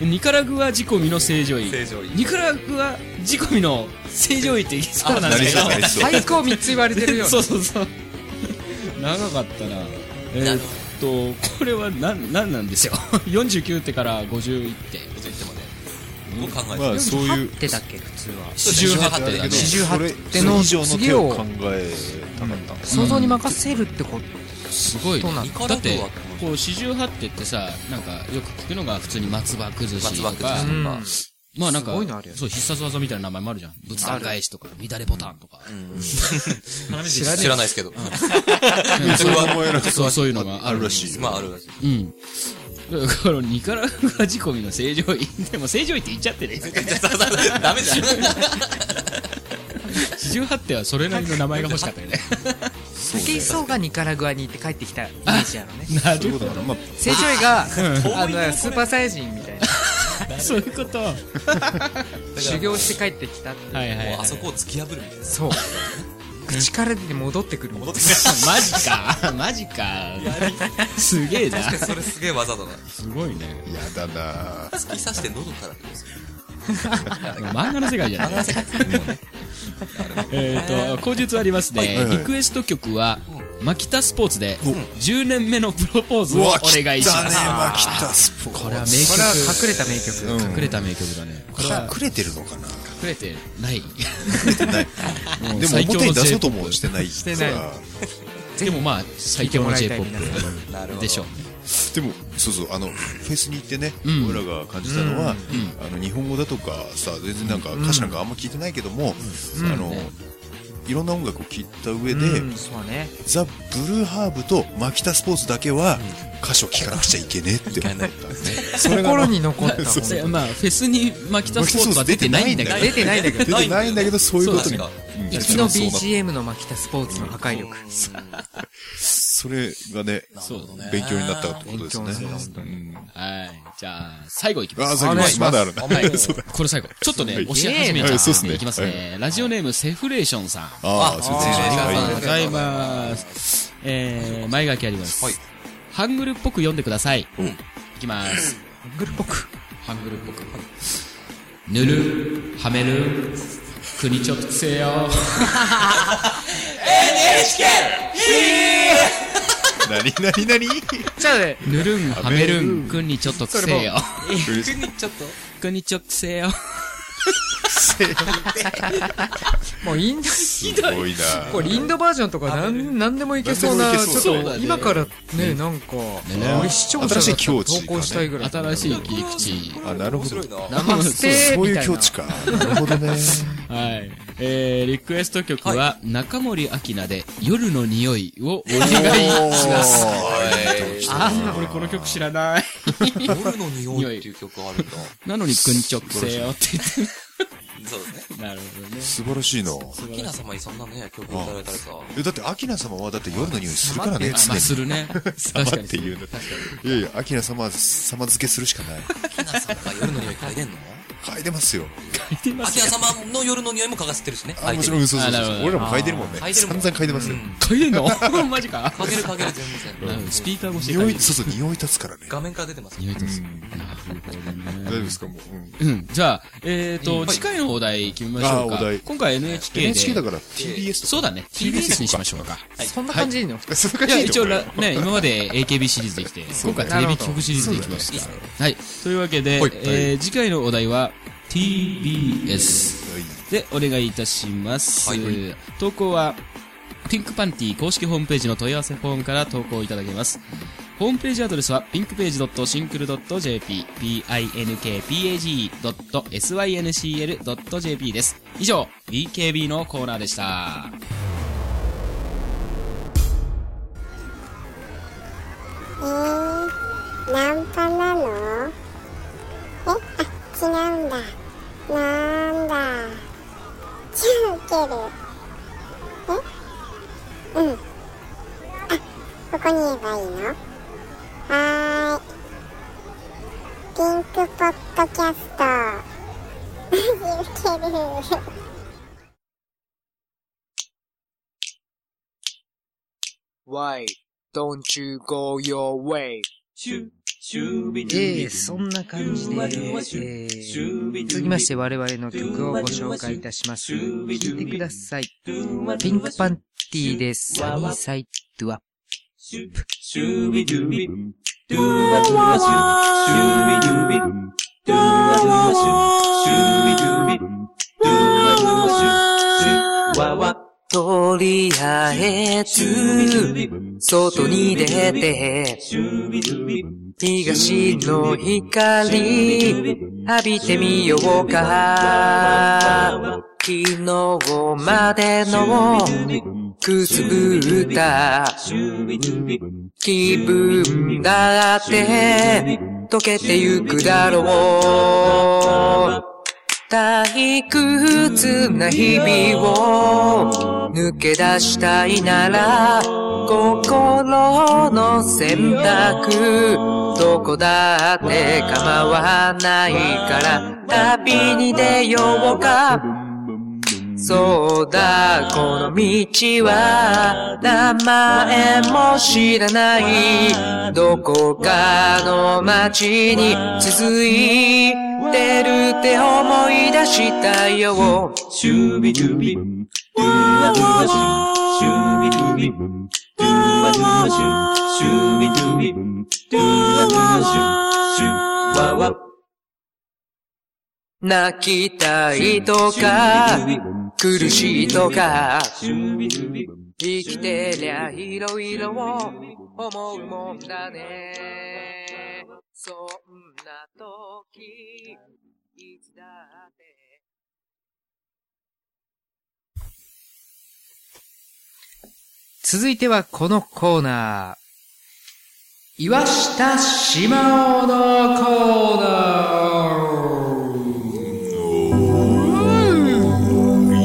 S5: ニカラグア仕込みの正常位
S3: 正常位
S5: ニカラグア仕込みの正常位って言いそうなん
S6: なり
S5: ですけ
S6: そう
S5: ど
S6: なりそう
S4: 最高3つ言われて るよ
S5: そうそうそう長かったなえーっとこれはなんなんなんですよ 49手から51手
S3: ちょっと言ってもね。もう考えて。
S6: まあそういう
S4: 手だっけ普通は
S3: 48点だね。
S4: 48手
S6: それ
S4: の
S6: 以上の
S4: 次
S6: 手を考
S4: を
S6: えたかった
S4: 想像に任せるってこと
S5: すごい、
S4: そう
S5: ね
S4: なん、
S3: だ
S5: だって
S3: ニカラグ
S5: こう四十八手ってさなんかよく聞くのが普通に松葉崩し
S3: 松
S5: と
S3: 葉
S5: か
S3: 崩し
S4: うん
S5: まあなんか
S4: すごいのあるよね
S5: そう必殺技みたいな名前もあるじゃん仏壇返しとか乱れボタンとか、
S3: 知らないですけど。
S6: それは思えなく
S5: そうそういうのがある
S6: らしいよ
S3: まああるらしい。
S5: うん。だからこのニカラグア仕込みの正常位。でも正常位って言っちゃってね。
S3: ダメじゃん。
S5: 48手はそれなりの名前が欲しかったよね。
S4: 武井壮がニカラグアに行って帰ってきたイメージやろね
S5: な
S6: そういうことなのまあ
S4: 成長医があのスーパーサイヤ人みたいな
S5: そういうこと。は
S4: 修行して帰ってきたって
S5: いはい、はい。
S3: もうあそこを突き破るみたいな。
S4: そう口から出て戻ってくる戻ってく
S5: マジか。 マジか。すげえな。
S3: 確かにそれすげえ技だな。
S5: すごいね。
S6: やだな
S3: 突き刺して喉から来るんですよ。
S5: 漫画の世界じゃない。漫画の世界。えっと、口述あります
S6: いはい
S5: ね。
S6: はい
S5: リクエスト曲は、マキタスポーツで、10年目のプロポーズをお願いします。
S6: まきたスポーツ
S5: これは名
S4: これは
S5: 曲。
S4: 隠れた名曲、
S6: うん
S5: 隠れた名曲だね。これは
S6: 隠れてるのかな
S5: 隠れてない。
S6: でも
S5: 最強
S6: 表
S5: の
S6: に出そう
S5: J-POP
S6: ともしてないして
S4: ないぜ
S5: で
S4: ひ
S5: もまあ最強の j p o p
S3: なるほど
S5: でしょう
S6: でもそうそうあのフェスに行ってね、
S5: ん
S6: 俺らが感じたのは、あの日本語だとかさ全然なんか歌詞なんかあんま聞いてないけども、あの、いろんな音楽を聴いた上で、
S4: うん、そうね
S6: ザ・ブルーハーブとマキタスポーツだけは歌詞を聴かなくちゃいけねえって思ったそれが
S4: 心に残ったもん
S6: そうそう
S4: 出
S5: まあフェスにマキタスポーツは出てないんだけど
S4: てないんだけど
S6: 出てないんだけどそういうことに
S3: そう
S6: うん
S4: 行きの BGM のマキタスポーツの破壊力
S6: それがね
S5: そう
S6: 勉強になったってことですね
S4: 勉強になった
S6: うん
S5: はいじゃあ最後いきま
S6: あ
S5: す
S6: あ最後
S4: あれ
S6: まだあるな
S5: はい、 これ最後。ちょっとね、
S6: はい
S5: 押し始めちゃ
S6: は
S5: っ
S6: いそうっす
S5: て
S6: ね
S5: いきますね。ラジオネーム、セフレーションさん。
S6: ああそうですね
S3: あ
S5: あ
S3: り
S5: り
S3: がと
S5: がと
S3: う
S5: う
S3: ご
S5: ご
S3: ざ
S5: ざ
S3: い
S5: い
S3: ま
S5: ます。えー、前書きあります。
S3: はい
S5: ハングルっぽく読んでください。
S6: うん
S5: いきます。ハングルっぽく。ハングルっぽく。ぬる、はめる、国直せよ。
S6: 何何 何
S4: じゃあね
S5: ぬるん、はめるん、国ちょっとくせよ。
S3: 国ちょっと
S5: 国直せよ。
S4: もうインド
S6: すごいな
S4: これインドバージョンとかなんなんでもいけそうな
S6: なんでもいけ
S4: ち
S6: そう
S4: ょ
S6: だ
S4: っ
S6: ね
S4: と今からねなんか俺視聴者
S6: 新しい
S4: が
S6: 境
S4: 投
S6: 地がね
S4: 稿したいぐらい
S5: 新しい切り口。
S6: あなるほど
S3: 面白いな
S5: 生放送
S4: そうえー
S6: そう
S4: み
S6: いう
S4: たいな
S6: 境地かなるほどね
S5: はい。えー、リクエスト曲は、中森明菜で、夜の匂いをお願いします。あー、俺この曲知らない。
S3: 夜の匂いっていう曲あるんだ。
S5: なのに、くんちょくせよって言っ
S3: そうですね。
S5: て。 なるほどね。
S6: 素晴らしいな
S3: 秋名様にそんなね、曲をいただいたらさ、
S6: えだってアキナ様はだって夜の匂いするからね
S5: まあ、す
S6: 常
S5: るね。
S6: に
S5: 確か
S6: 様っ
S5: に
S6: て。いうねいやいやアキナ様様付けするしかない
S3: 秋名様が夜の匂い嗅いでんの
S6: 嗅いでますよ
S3: 秋名様の夜の匂いも嗅がせてるしね。
S6: あ
S3: 嗅い
S6: も
S3: で
S6: ち
S3: る
S6: ろん。嘘
S5: あ
S6: そうそ
S5: な
S6: う
S5: るほど
S6: 俺らも嗅いでるもんね
S3: 嗅
S6: 散
S3: いで
S6: 々嗅いで
S3: るもん
S6: ますよ
S5: 嗅いでんのマジか。
S3: 嗅げる嗅げる全然。
S5: スピーカー越しで
S6: 匂いそうそう匂い立つからね
S3: 画面から出てます。
S5: 匂いです。
S6: 大丈夫ですかもううん
S5: うん。じゃあ、えーと、次回のお題決めましょう
S6: あーお
S5: か
S6: 題。
S5: 今回 NHK で。
S6: NHK だから TBS
S5: そうだね。TBS にしましょうか。
S4: そんな感じでいいの
S6: とかそれ
S5: い
S6: が
S5: や、
S6: いい
S5: 一
S6: と
S5: 応
S6: 思う
S5: ら
S6: よ、
S5: ね、今まで AKB シリーズできて、今回テレビ局シリーズできました。はい。というわけで、えー、次回のお題は、TBS
S6: はい
S5: でお願いいたします。
S3: はい
S5: 投稿は、ピンクパンティ公式ホームページの問い合わせフォームから投稿いただけます。ホームページアドレスは、pinkpage.syncl.jp、pinkpage.syncl.jp です。以上、BKB のコーナーでした。
S7: えー、ナンパなのえ、あ、違うんだ。なんだ。じゃあ受ける。えうん。あ、ここに言えばいいのはーい。ピンクポッドキャスト。 マジ受ける。
S8: Why don't you go your way?
S4: ええそんな感じで、えー続きまして我々の曲をご紹介いたします。聴いてください。ピンクパンティーでサニーサイドアップ。
S9: とりあえず、外に出て、東の光、浴びてみようか。昨日までのくすぶった気分だって溶けてゆくだろう。退屈な日々を抜け出したいなら心の選択どこだって構わないから旅に出ようかそうだ、この道は名前も知らないどこかの街に続いてるって思い出したよ泣きたいとか、苦しいとか、生きてりゃいろいろ思うもんだね。そんな時、いつだって。
S4: 続いてはこのコーナー。岩下しまおのコー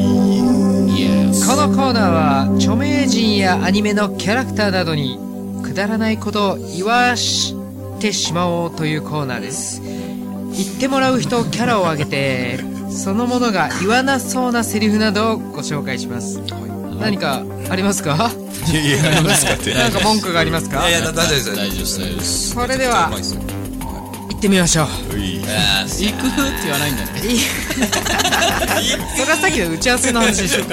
S4: ナー。このコーナーは著名人やアニメのキャラクターなどにくだらないことを言わしてしまおうというコーナーです言ってもらう人キャラを挙げてそのものが言わなそうなセリフなどをご紹介します何かありますか
S6: いやいやありますかって
S4: なんか文句がありますか
S3: いやいや、大丈夫です。大丈夫です。大丈夫です。
S4: それでは
S3: めちゃくちゃうまいっすよ
S4: 行ってみましょう
S3: あーす
S5: 行くって言わないんだね。
S4: それはさっきの打ち合わせの話でしょ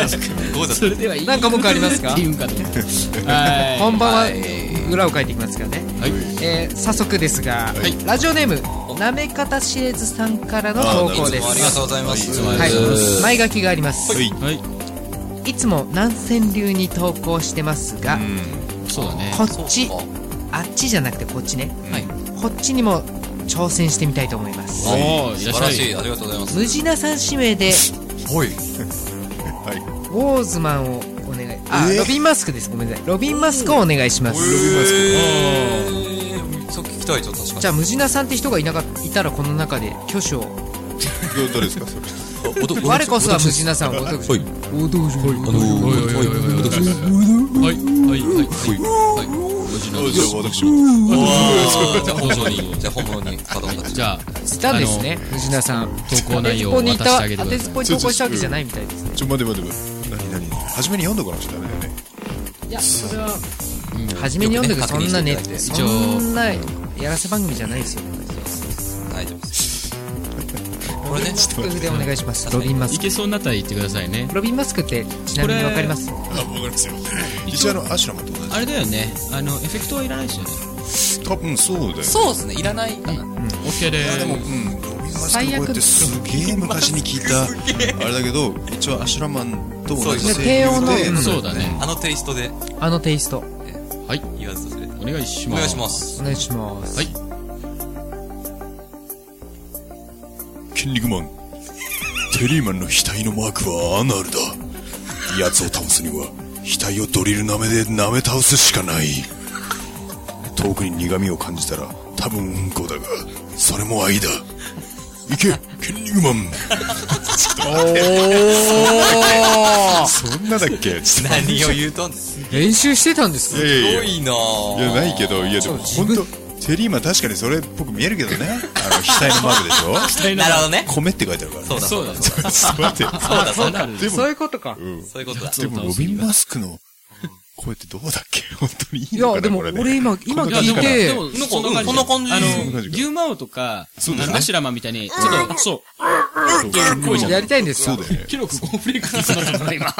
S3: ご いだ
S5: それでは
S4: なんか文句ありますか
S5: って言うんかと思ったはい
S4: 本番
S3: はい
S4: は裏を書いていきますからね、
S5: はい
S4: えー早速ですが、
S5: い
S4: ラジオネームなめかたしえずさんからの投稿で
S3: いつもあり
S4: す
S3: がとうございます。いつもあ
S4: は
S3: りが
S4: い
S3: とうございます。
S4: 前書きがあります、
S6: はい
S5: はい。
S4: い、つも南川流に投稿してますが、
S5: そうだね。
S4: こっちあっちじゃなくてこっちね、こっちにも挑戦してみたいと思います
S5: おー、い
S3: 素
S5: ら
S3: 晴
S5: っしゃ
S3: ら
S5: い。
S3: しい。ありがとうございます。
S4: 無事なさん指名で
S3: おい。
S6: はい
S4: ウォーズマンをお願いあ、
S6: えー
S4: ロビンマスクですごめんなさいロビンマスクをお願いします
S3: えー、そう聞きたいちょっと確かに。
S4: じゃあムジナさんって人がいなかいたらこの中で挙手を
S6: どどれですかそれ
S4: 我こそはムジナさんをごとく
S3: はい。
S4: おどうぞ
S5: はい、はい、はい、はい、
S6: あじゃあ私
S3: じゃあ本物に、じゃあ本物に子供たち。
S5: じゃあ、
S4: したんですねムジナさん
S5: 投稿内容を
S4: 当てずっぽうにいた
S5: 渡してあげて
S4: 当
S5: く
S4: てず
S5: だ
S4: っ
S5: さ
S4: ぽうに投稿したわけじゃないみたいですね
S6: ちょ待って待って待って何何初めに読んどかなきゃダメだよね
S5: い。いや、それは、
S4: 初めに読んでくそんなね
S3: よくね
S4: そんなやらせ番組じゃないですよ
S3: 大丈夫です。これね、
S4: ということでお願いします
S3: 確
S4: ロ
S3: かに
S4: ビンマ
S5: い
S4: スク
S5: けそうになったら言ってくださいね。
S4: ロビンマスクってちなみに
S5: これ
S4: わかります
S6: あわかりますよ一応あのアシュラマンと同
S2: あれだよねあのエフェクトはいらないですよね
S6: じ多分そうだよ
S3: そうですね、いらないかな。
S5: オッケーで
S6: いや
S5: ー
S6: でも、うん、ロビンマスクこうやってすげえ昔に聞い た、あれだけど、一応アシュラマンと同じ声優
S4: 低音の
S6: で、
S4: うん
S5: す。そうだね。
S3: あのテイストで
S4: あのテイスト
S5: はい、
S3: 言わずとれ
S5: お願いし
S3: お
S5: ます。
S3: 願いします。
S4: お願いします
S5: はい
S6: 筋肉マン、テリーマンの額のマークはアナルだ。奴を倒すには、額をドリル舐めで舐め倒すしかない。遠くに苦味を感じたら、多分うんこだが、それも愛だ。いけ、筋肉マン。そんなだっけちょっと
S3: 何を言うとんです
S4: 練習してたんです
S6: いやいやいや
S3: ごいなぁ。
S6: いや、ないけど、いや、でも、本当テリーマン確かにそれっぽく見えるけどね。あの、額のマークでしょ
S3: なるほどね。
S6: 米って書いてあるからね。
S3: そうだ、 そうだ、そうだ。
S6: ちょっと 待って。
S3: そうだ、そうだ。
S6: で
S4: そう
S6: も、
S4: いうことか
S3: そういうことだ。
S6: でも、ロビン・マスクの声ってどうだっけ 本当にいい
S4: い
S6: の
S4: や
S6: か
S4: で
S6: な
S4: も
S6: これね。
S4: 俺今今
S6: こんな感じ
S4: 聞い
S6: かな
S4: て
S5: も、
S3: なんか
S5: そんな
S3: うんこんな感じ
S5: あ
S6: んな
S5: の、
S6: 感じ
S5: 牛魔王とか、
S6: そう
S5: あ
S6: ですね
S5: の、アシュラマンみたいに、ちょっと、そう、
S4: やりたいんです
S6: そ
S4: よ
S6: うだよね。
S5: 広くコンフレークなさだったんだ、今。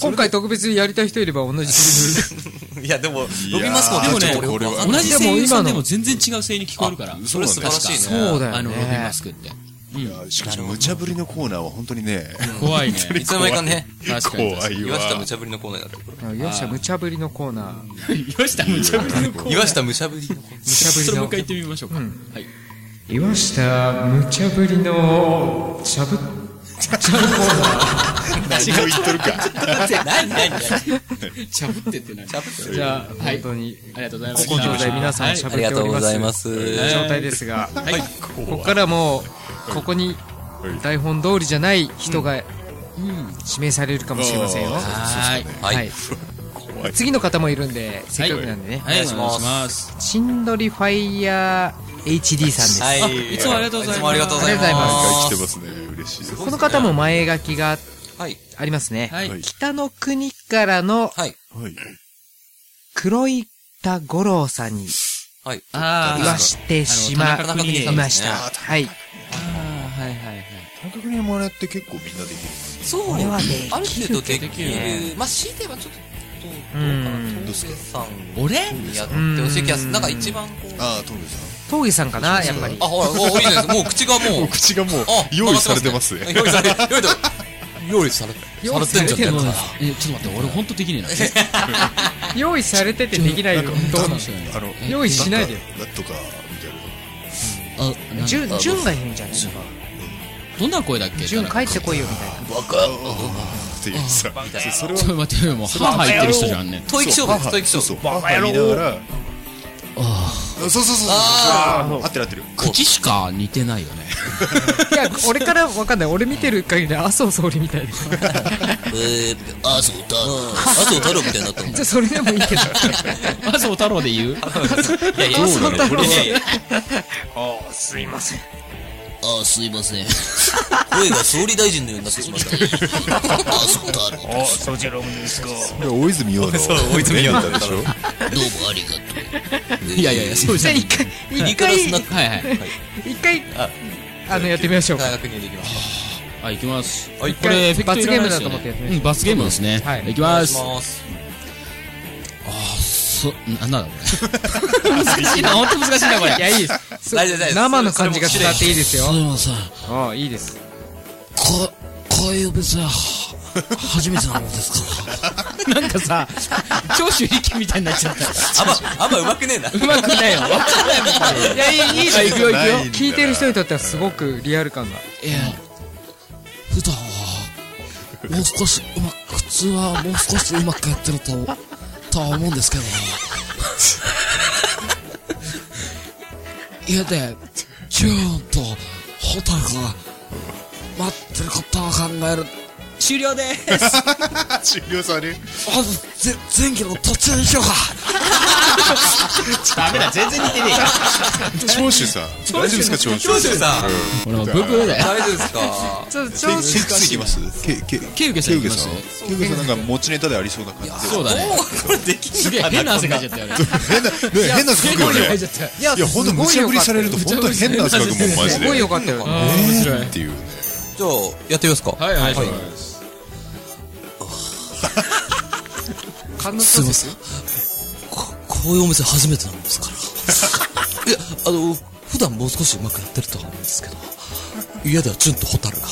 S4: 今回特別にやりたい人いれば同 じセリフ
S3: いや、でも、ロビンマスクも
S5: でもね
S3: ちょっと俺よくわかん
S5: 同
S3: ない
S5: じ声優さんでも全然違う声優に聞こえるから。
S3: それ素晴らしいね。
S4: そうだよね
S5: あの、ロビンマスクって。
S6: いやしかし、無茶ぶりのコーナーは本当にね、
S5: 怖 いね。
S3: いつの間にかね、
S5: 確かに。
S6: 怖い
S3: 岩
S6: わ。
S3: 下無茶ぶりのコーナーだったこれ。
S4: 岩下無茶ぶりのコーナー無
S5: よした、無茶ぶりのコーナー
S3: 岩下無茶ぶりのコーナー。
S4: 茶ぶり
S5: それ
S4: の
S5: もう一回言ってみましょうか。はい。
S4: 岩下無茶ぶりのしゃぶ
S6: 何を言っ とるか。
S3: 何何何
S5: ちゃぶってってない。
S3: 茶ぶって
S4: じゃあ
S5: はい
S4: 本当に
S5: ありがとうございま
S4: こ
S5: す。
S4: こ状態皆さんしゃ
S5: は
S4: ぶっております
S3: す。
S4: 状態ですが
S5: い。はい。
S4: ここからもうここに台本通りじゃない人が指名されるかもしれませんよ
S5: はい。
S3: はい。
S4: は
S3: はいい。
S6: 怖い。
S4: 次の方もいるんでせっかくなんでね
S5: はい、お願いします。
S4: しんどりファイヤー HD さんです
S3: はい。
S5: いつもありがとうございます
S3: いつもありがとうございます。
S4: ありがとう
S6: 毎回来てますね。嬉しいです。
S4: この方も前書きが
S3: はい。
S4: ありますね、
S5: はい。
S6: はい
S4: 北の国からの
S3: はい。
S6: はい。
S4: 黒い田五郎さんに
S3: はい。
S5: あ
S4: 言わしてしま
S5: あの田中
S4: い
S5: 邦
S4: まし
S3: さんです
S4: た。はい。
S5: はいはいはい。
S6: 感覚にもらって結構みんなできる。
S3: そう。
S4: これはね
S3: ある程度で
S5: で
S3: き
S5: き
S3: る
S5: る
S3: ね。まあ、強いてはちょっと、どう
S4: う
S3: か
S4: ん
S3: な。トーさん。俺やってほしい気がする。なんか一番こう、
S6: ああ、トムさ
S4: 峠さんかなやっぱり
S3: あ、ほら、もういいじゃないですか。もう口がもう。
S6: 口がもう
S3: あ
S6: 用意されてますね
S3: あ用意され、用意され、用意され、
S4: 用意されてる
S3: さ
S4: の
S3: れ
S5: え、ちょっと待って、俺本当できね えな。
S4: 用意されててできないよどうなの
S6: あの
S4: 用意しないで
S6: なんとかみたいな
S5: あ、なん
S4: 順順がいいんじゃない
S5: どんな声だっけ
S4: 順
S5: ち
S4: 帰ってこいよみたいな
S6: っていうさそれを
S5: ょっと待ってよ、もう歯吐いてる人 じゃんね。
S3: 吐息勝負です、
S6: そうそ
S3: 吐息
S6: う
S3: 勝負
S6: そう。バカ見ながらそうそうそうそうあってる合ってる
S5: 口しか似てないよ ね。
S4: いや俺からわかんない俺見てる限りで麻生総理みたいでじゃ
S3: えー、あ、そうだ。あ、そうだろみたいになったもん。
S4: あそれでもいいけど
S5: 麻生太郎で言う
S4: 麻生太郎
S3: あ、すいません。声が総理大臣のようになってしまった。あ、そうだろ
S6: これ大泉洋の大泉洋なんでしょ
S3: どうもありがとう。
S5: いやいやいや、そうじゃん。
S4: 一回
S3: ニ
S4: 一
S3: コラ
S4: 回
S3: スナック。
S5: はいはい。
S4: 一回あのやってみましょうか
S3: 確認できまし
S5: はい、行きます。
S3: はい
S5: これ、エフェクトいらないです
S4: 罰ゲームだと
S5: よね
S4: 思ってやってみまし
S5: う、
S4: ょうん
S5: 罰ゲームですね。
S4: はい
S5: 行きま
S3: た。
S5: す。
S3: 行きます。
S5: そ、な、なんだこれ。 難しいな、ほんと難しいな、これ。
S4: いやいいですす
S3: 大丈夫大丈夫
S4: 生の感じが伝わっていいですよ
S5: すいません。
S4: ああいいです
S5: こ、こういう別は、初めてなもんですか。 なんかさ、長州力みたいになっちゃった。
S3: あんま、あんま上手くねえな。
S5: うまくないよ。わかんないもん、こ
S4: いやいいいい
S5: はい行くよ行くよ
S4: 聞いてる人にとってはすごくリアル感が
S5: れ。いや、普段は、もう少しうまく、普通はもう少しうまくやってると、とは思うんですけど。家で、キューンと、ホタルが、待ってることを考える。終了でーす。
S6: 終了され
S5: まず、ぜ、前期の途中でしょうか。ダメだ、全然似てね
S6: 長州さん大丈夫ですか長州
S3: 長州さん
S5: え。俺もブーブーだよ。
S3: 大丈夫ですか
S4: ちょっとちょ
S6: テイ
S4: っと
S6: クテイクスいきますけけ
S5: ケウケさんいきます
S6: ケウケさんなんか持ちネタでありそうな感じ
S5: そうだね。
S3: これでき
S5: すげえ変な汗かいちゃったよね。
S6: 変なね変な汗かくよね
S4: いや
S6: いや本当無茶ぶりされると本当に変な汗かくもんマジ
S4: す
S6: で
S4: ごい良かったよ
S5: あー面白い。
S6: っていうね
S3: じゃあ、やってみますか。
S5: はい、はい、はい。
S4: 感動す
S3: すい
S4: る
S3: ません。こ、こういうお店初めてなんですから。いや、 あの、普段もう少しうまくやってるとは思うんですけど、家ではチュンとホタルが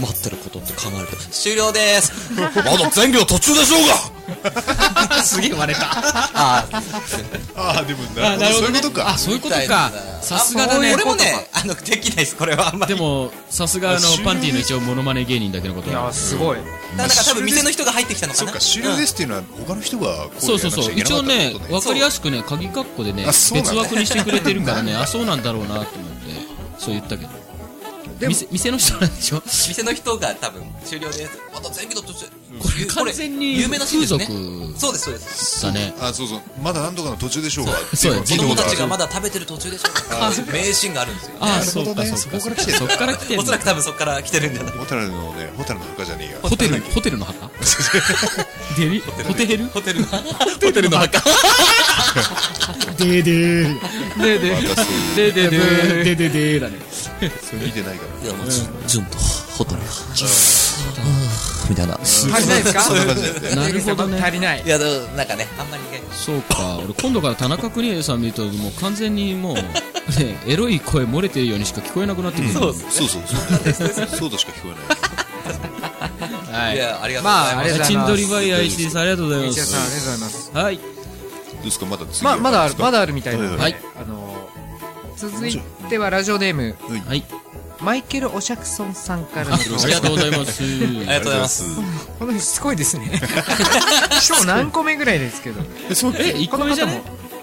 S3: 待ってることって考えると、終了でーす。まだ前業途中でしょう
S5: すげえ割れた。
S3: があー、
S6: ああでもなるほどそういうことか
S5: あ、そういうことか。さすがだね。
S3: 俺もね、あの、できないです、これは。あんまり
S5: で。も、さすがあの、パンティの一応モノマネ芸人だけのこと
S4: いやすごい
S3: だから多分店の人が入ってきたのか
S6: そ
S3: な。
S6: っか終了ですっていうのは他の人がこ
S5: そうそうそう。
S6: や
S5: 一応
S6: らなきゃい
S5: ね
S6: けなかったってこと、
S5: わかりやすくね、鍵括弧でね、
S6: あそう
S5: 別
S6: なんだ
S5: 枠にしてくれてるからね、あ、そうなんだろうなと思って、そう言ったけど。
S4: でも
S5: 店、店の人なんでしょ
S3: 店の人が多分終了です。まだ前業途中。これ
S5: 完全に
S3: 有名なシーンですね
S5: 風。俗
S3: そうです、そうです。
S5: だね。
S6: あそうそうまだ何度かの途中でしょうが
S5: そう
S6: ってい
S3: 子
S6: の
S3: 供た
S6: 聞い
S3: ち
S6: た
S3: が
S6: こ
S3: まだ食べてる途中でしょうか。名シーンがあるんですよ。
S5: ああ、
S6: なる
S5: そ
S6: ほ
S5: う
S6: ど
S5: か、
S6: ね
S5: そうか。
S6: そこから来てんだ
S5: そっから来て
S3: お
S5: んの
S3: そらく多分そこから来てるんじゃない
S6: とあるホタルのねホタルの墓じゃねえや
S5: ホテル、ホテルの墓デリ、ホテル
S3: ホテルの、ホテルの墓。
S5: ででー。
S4: でで
S6: またそういう
S4: ででで
S5: でででーだね。
S6: それ見てないから
S3: いや、もう、ジュンと、ホテルが。みたいな。
S4: 足りないですか
S6: そんな感じだよね
S5: なるほどね
S4: 足りない
S3: いや、でもなんかね、あんまりね。
S5: そうか、俺今度から田中邦衛さん見ると、もう完全にもう、ね、エロい声漏れてるようにしか聞こえなくなってくる。
S3: そうです。
S6: そうそうそうそうとしか聞こえない
S5: はいい。
S3: や、ありがとうござい
S4: まああ
S3: ま
S4: り
S3: す。
S4: がとうござい
S5: チン
S4: ます
S5: ドリバイアイシーさんありがとうございま
S4: 西田さんあり
S5: す。
S4: がとうございます
S5: はい。
S6: どうですかまだ次
S4: ままだあるまだあるみたいなので
S5: はい
S4: あの続いてはラジオネーム
S5: はい。
S4: マイケル・オシャクソンさんからの
S5: ありがとうございます。
S3: ありがとうございます。
S4: この人しつこいですね しかも何個目ぐらいですけど
S5: え、1
S4: こ
S5: 個
S4: の
S5: 目じゃ
S4: 方
S5: ね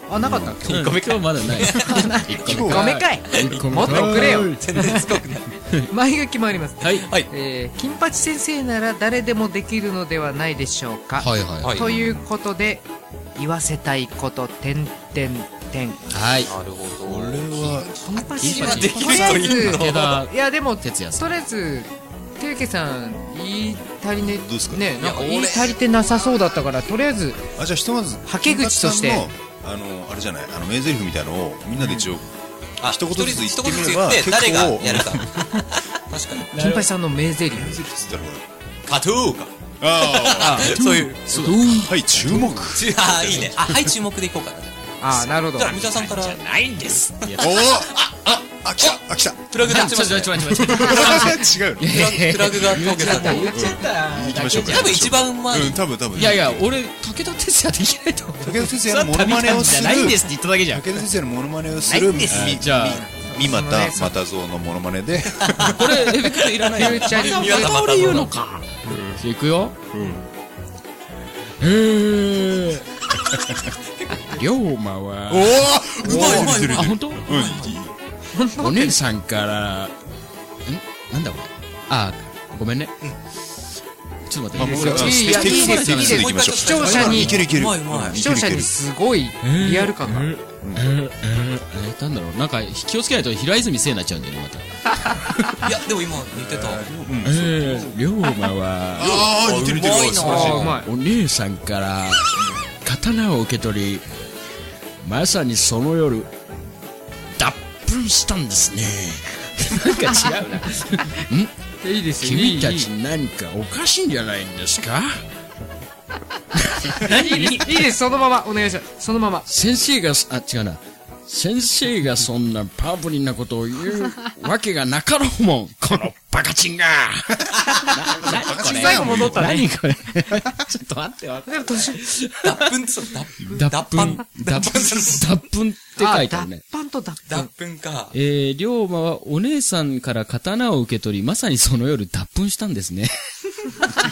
S4: もあなかったっけ
S5: 1個目今日まだない。1
S4: ごめんかい
S5: 個目
S4: もっとくれよ
S3: 全然しつこくない。
S4: 前書きもあります
S5: はい。
S3: はい。
S4: えー金八先生なら誰でもできるのではないでしょうか、
S5: はいはい。
S3: はい
S4: ということで言わせたいこと点点点
S5: はい。
S3: なるほど。
S4: 金八
S5: 金八
S3: できる人いるの
S4: とり
S5: 武
S4: あ
S5: 田
S4: えずいやでもと
S5: 哲也さん。
S4: りあえずてゆけさん言い足りね
S6: うですか
S4: ねなんか
S3: いや
S4: 言い
S3: 俺
S4: 足りてなさそうだったからとりあえず
S6: あじゃあひとまず
S4: はけ口として
S6: 金髪さんのあのあれじゃないあの名台詞みたいのをみんなで一応
S3: あ
S6: 一言ずつ言ってみれば
S3: 一言ずつ言って誰が
S6: 結構
S3: やるか。確かに。
S4: 金八さんの名台詞
S6: 名台詞っつったらほら
S3: カトゥーか。
S6: あ
S3: そういう。
S6: あはい注目
S3: ちあー、いいね。あ、はい、注目でいこうかな。
S4: ああなるほど
S3: じゃあ、三田さんから。
S9: じゃないんですってやつ
S6: おおあ、あ、あ、来た、あ、来た。
S3: プラグ立ちましたね。
S5: ちょちょちょちょ
S6: 違うの。
S3: プラプラグが溶けた。
S4: 言っちゃった
S6: 行きましょうか。
S3: 多分一番前
S6: うん、多分多分。
S5: いやいや、俺、武田鉄矢できないと思う。
S6: 武田鉄矢のモノマネをする。
S9: ないんで
S6: 武
S9: すって言っただけじゃん
S6: 田鉄矢のモノマネをする。
S9: ないんです
S6: み
S5: じゃあ
S6: み、みまた、またぞうのモノマネで。
S5: これ、エフェクトいらないよ。フューチャリング。また俺言うのか。いくよ。うん。えー。 龍馬は。
S6: おおうまいうまい。
S5: あ、本当？
S6: うん、いい
S5: お姉さんから、んなんだこれ。あ、ごめんね。ちょっと
S6: あ、
S5: 待
S6: も
S5: っ
S6: う、
S5: て。
S4: いい
S6: 適
S4: です
S6: 当
S4: よ
S6: に
S4: いいです
S6: 適当
S4: よ
S6: に行きましょう。
S4: 視聴者に
S6: いけるいける。
S3: うまいうまい
S6: ん
S4: 視聴者に
S6: いけるい
S4: すごいリアル感が
S5: えー、えー、なんだろう。なんか、気をつけないと平泉聖になっちゃうんだよね、また。
S3: いや、でも今似てた。
S5: えー、龍馬は
S6: けるああ、似てる似てる。
S3: うまいな
S6: 素晴らし
S4: うまい
S5: お姉さんから刀を受け取りまさにその夜脱粉したんですねなんか違うな
S4: いいですよ
S5: 君たち何かおかしいんじゃないんですか
S4: いいいいですそのままお願いしますそのまま
S5: 先生があ違うな先生がそんなパープリンなことを言 うわけがなかろうもんこのバカチンがな何これ
S4: 最後戻ったね
S5: 何これ ちょっと待ってわ
S4: でも年
S3: 脱粉ってそう、脱粉。
S5: 脱粉脱
S3: 脱粉。
S5: 粉って書いてあるね
S4: パンとだ
S3: 脱粉か。
S5: えー、龍馬はお姉さんから刀を受け取り、まさにその夜脱粉したんですね。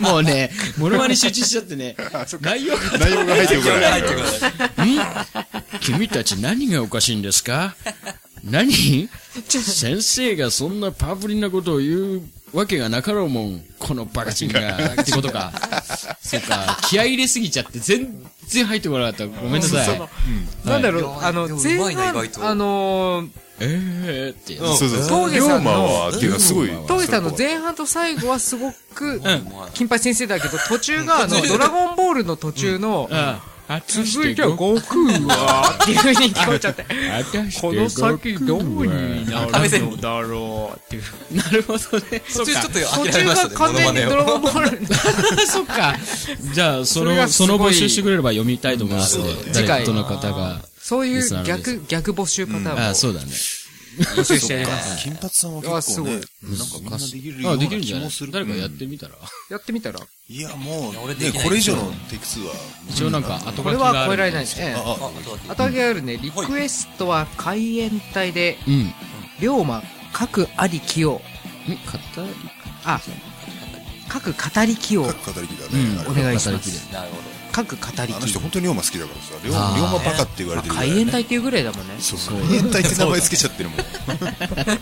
S5: もうね、モノマネ集中しちゃっ てね、内容が、
S6: い。内容が入ってこない。
S5: 君たち何がおかしいんですか何先生がそんなパープリンなことを言うわけがなかろうもん、このバカチンが。ってこと か。そうか、気合い入れすぎちゃって全然入ってこなかった。ごめんなさい。
S4: なんだろうあの
S3: でも
S4: 前
S3: うまいな意外
S4: 半
S3: と
S4: あのー
S5: えーって。
S6: そうそうそう。
S4: 峠
S6: 龍
S4: さん
S6: 馬
S4: の
S6: は、っていうかすごい。
S4: 峠さんの前半と最後はすごく
S3: まい
S4: 金八先生だけど途中 があのドラゴンボールの途中の
S5: あ
S4: 続いては悟空はっていう風に聞こえちゃって この先どうにな
S3: 食べて
S4: るのだろうっていう
S5: なるほどね。
S3: 途中ちょっと
S4: 途
S3: 諦め
S4: 中
S3: まし
S4: が
S3: たね、モ
S4: 完
S3: ノマ
S4: 全に
S3: ネ
S4: ド
S3: を。
S4: ラゴンボール
S5: そっか。じゃあ、そ
S4: それ
S5: の、
S4: がす
S5: そ
S4: ごい
S5: の募集してくれれば読みたいと思いますので、
S4: 次
S5: 誰
S4: 回
S5: どの方が。
S4: そうい
S5: リスナー
S4: う
S5: の皆さん
S4: 逆逆募集パターン
S5: あ
S4: を
S5: そうだね。
S4: 募集してやります
S6: 金髪さんは
S4: あ
S6: 結
S4: す
S6: 構
S4: ご
S6: ね
S4: い、
S6: なんかみんなできるよ
S5: あ、
S6: う
S5: で
S6: な
S5: きるんじ
S6: 気
S5: ゃな
S6: も
S5: い
S6: する。
S5: 誰かやってみたら。
S4: やってみたら
S6: いや、もう、
S3: 俺で
S6: ね
S3: きない、
S6: これ以上のテイク数は、
S5: 一応なんか、後書きが
S4: これ
S5: ある
S4: は超えられないですね
S6: あ、あ、
S3: あ、あとは
S4: あとあげあるねリクエストは海援隊で
S5: うん。
S4: 龍馬各ありきを
S5: ん語り
S4: あ各語りきを
S6: 各語りだね。あ
S4: お
S6: れ
S4: 願いしま
S5: 語り
S4: す
S3: なるほ
S4: 各語り
S6: あの
S4: き
S6: 人本当に龍馬好きだからさ、龍龍
S5: あー
S6: 馬バカって言われてるぐらい
S4: 海
S6: だ
S4: 援
S6: ね。
S4: 隊っていうぐらいだもんね
S6: そうそう。海援隊って名前つけちゃってるもん。
S5: 確か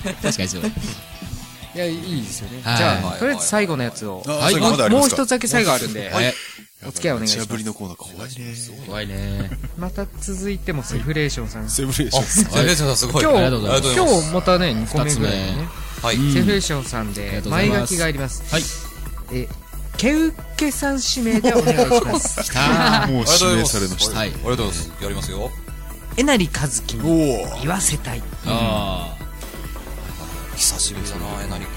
S5: にそう。
S4: いやいいですよねじ
S5: はい
S4: ゃ
S3: は
S4: あ
S3: い
S4: とりあえず最後のやつを
S6: あ最後まだあり
S4: も
S6: ま
S4: う
S6: すか
S4: 一つだけ最後あるんで
S5: はい。
S4: お付き合いお願いしま
S6: やっぱり無茶
S4: す
S6: ぶりのコーナー怖いね。
S5: 怖いね。
S4: また続いてもセフレーションさん
S6: セブレーションズ。
S3: ど。あ、レイさんすごい。
S4: 今
S5: ありがとうございま
S4: 日今日またね2個目ぐらい
S5: 二つ
S4: ね
S3: はい。
S4: セフレーションさん
S5: あり
S4: で
S5: がとうござい
S4: 前
S5: ます
S4: 書きがあります
S5: はい。
S4: えケウケさん指名でお願いします
S6: もう
S3: ありがと
S6: 指
S3: うござい
S6: 名
S3: ます
S6: されました。
S5: はい。
S3: ありがとうございます。やりますよ。
S4: えなりかずき
S6: お
S4: に
S6: お
S4: 言わせたい
S5: ああ。
S3: 久しぶりだな、えなりくん。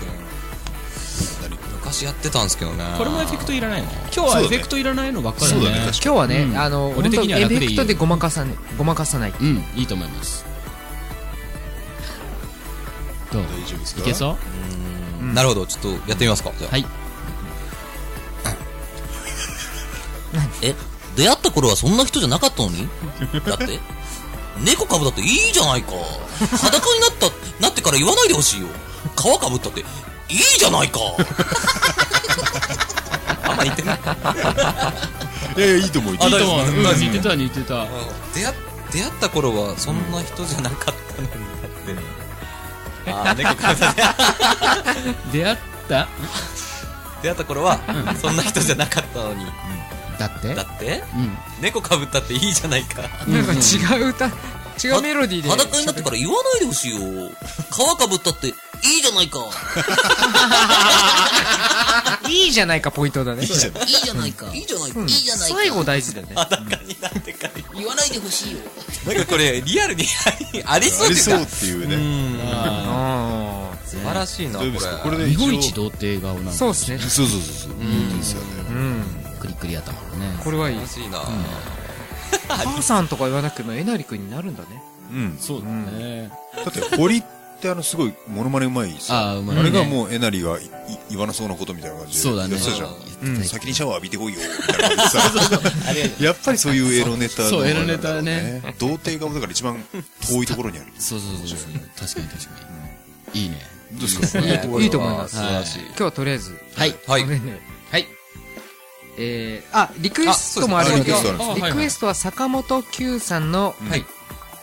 S3: 昔やってたんですけどね。
S5: これもエフェクトいらないの今日はエフェクトいらないのばっかりだね。
S4: 今日はね、
S5: うん
S4: あの
S5: 俺
S4: 本
S5: 的
S4: 当
S5: に
S4: に
S5: は
S4: エ
S5: 楽
S4: フ
S5: でいい
S4: ェクトでごまかさないごまかさない
S5: うん、いいと思います。どう
S6: 大丈夫ですか
S5: いけそう
S3: なるほど、ちょっとやってみますか。じゃあ
S5: はい。
S3: え、出会った頃はそんな人じゃなかったの にだって、猫かぶだっていいじゃないか。裸になった、なってから言わないでほしいよ。皮かぶったって、いいじゃない か。あんま言ってない。
S6: いやいや、いいと思う。いい
S5: いいと思う。
S6: 思
S5: うん
S6: う
S5: 似てた似てた。
S3: 出会出会った頃はそんな人じゃなかったのにだって、あー猫かぶだって
S5: 出会った
S3: 出会った頃はそんな人じゃなかったのに
S5: だって
S3: だって
S5: うん。
S3: 猫かぶったっていいじゃないか
S4: なんか違う歌違うメロディーで
S9: 裸になってから言わないでほしいよ皮かぶったっていいじゃないか
S4: いいじゃないかポイントだね
S9: いいじゃないかいいじゃないかいいじゃないか
S4: 最後大事だね
S3: 裸になってから
S9: 言わないでほしいよ
S3: なんかこれリアルにありそ
S6: あ
S3: うで
S6: り
S3: す
S6: そう
S3: か
S6: っていうね。
S4: あー
S3: 素晴らしいな
S6: 大丈夫で
S3: これ
S6: すかこれで
S5: 日
S6: 一応
S5: 本一童貞顔なん
S4: そうですね
S6: そうそうそうそう。いいですよね。
S4: うん
S5: クリクリ頭のね
S4: これはいい
S3: 素晴らしいな、
S4: 母さんとか言わなくてもえなりくんになるんだね
S6: うん。
S2: そうだね。
S6: だって、堀ってあの、すごい、モノマネうまいさ。
S2: あーうまい
S6: あれがもう、えなりがいい言わなそうなことみたいな感じで。
S2: そうだね
S6: やってたじゃん
S2: あ。
S6: うん先にシャワー浴びてこいよ、みたいな感じでさ。やっぱりそういうエロネタの
S2: そうエロネタね。
S6: 童貞が、だから一番遠いところにある。
S2: そうそうそうそう。確かに確かに。いいね。
S6: どうですか
S4: いいと思います
S2: はい
S4: 今日はとりあえず
S2: はい。
S4: はいはいえー、あリクエストもあるんで
S6: あそうですねあリクエストあるんです
S4: リクエストは坂本九さんの「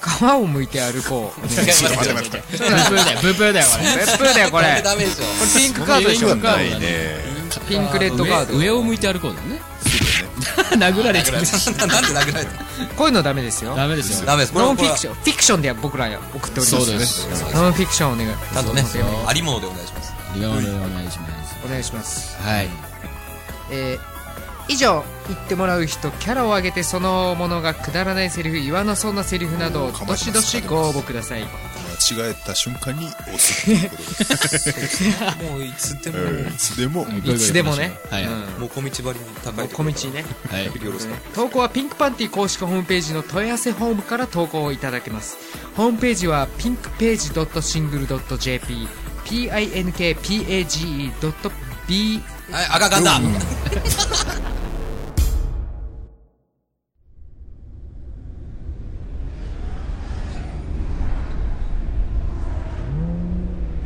S4: 皮をむいて歩こう」ブ
S6: ちょっと待って待って待って。
S4: ーだよブーブーだよこれブーブーだよこれ
S3: ダメでしょ。
S4: これピンクカードでし
S6: は
S4: ょ
S6: ないね。
S4: ピンクレッドカード
S2: 上上を向いて歩こうだよね。
S4: 殴られちゃう
S3: ななんで殴ら れた
S4: こういうのダメですよ
S2: ダメですよ。
S3: ダメです。これ
S4: ノ
S3: も
S4: ンフ
S3: これ
S4: ィクシ
S3: は
S4: ョンフィクションで僕ら送っております
S2: そうです。
S4: ノンフィクションお願い
S3: ちゃんとね
S4: お願い、
S3: ありものでお願いします。
S2: リガマでお願いします。
S4: お願いします
S2: はい。
S4: えー以上言ってもらう人キャラを上げてそのものがくだらないセリフ言わなそうなセリフなどどしどしご応募ください
S6: 間違えた瞬間に押すっていうことです。
S3: もういつでも、
S6: うんいつでも、
S4: いつでもね
S2: はい。は
S3: もう小道張りに高いとこ
S4: 小
S3: ろ。
S4: 道ね
S2: い。
S3: よろしく。
S4: 投稿はピンクパンティ公式ホームページの問い合わせフォームから投稿をいただけますホームページはピンクページ .single.jp pinkpage.b
S3: はい、赤ガンだ。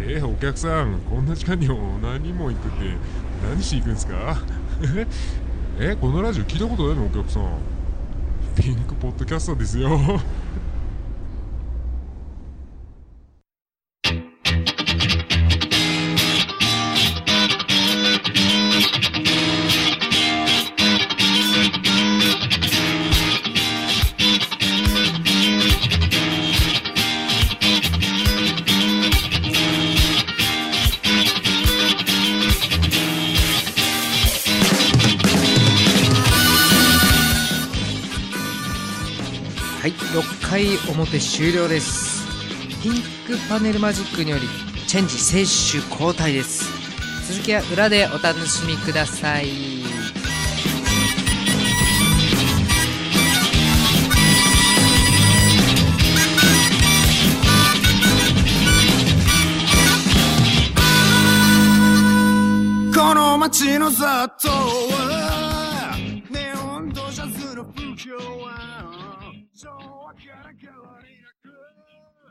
S10: えー、お客さん、こんな時間に何も行くって、何しに行くんですかえこのラジオ聞いたことないのお客さん。ピンクポッドキャストですよ。
S4: はい6回表終了ですピンクパネルマジックによりチェンジ選手交代です続きは裏でお楽しみください
S8: この街の雑踏はネオンドジャズの風景は昭和から変わりなく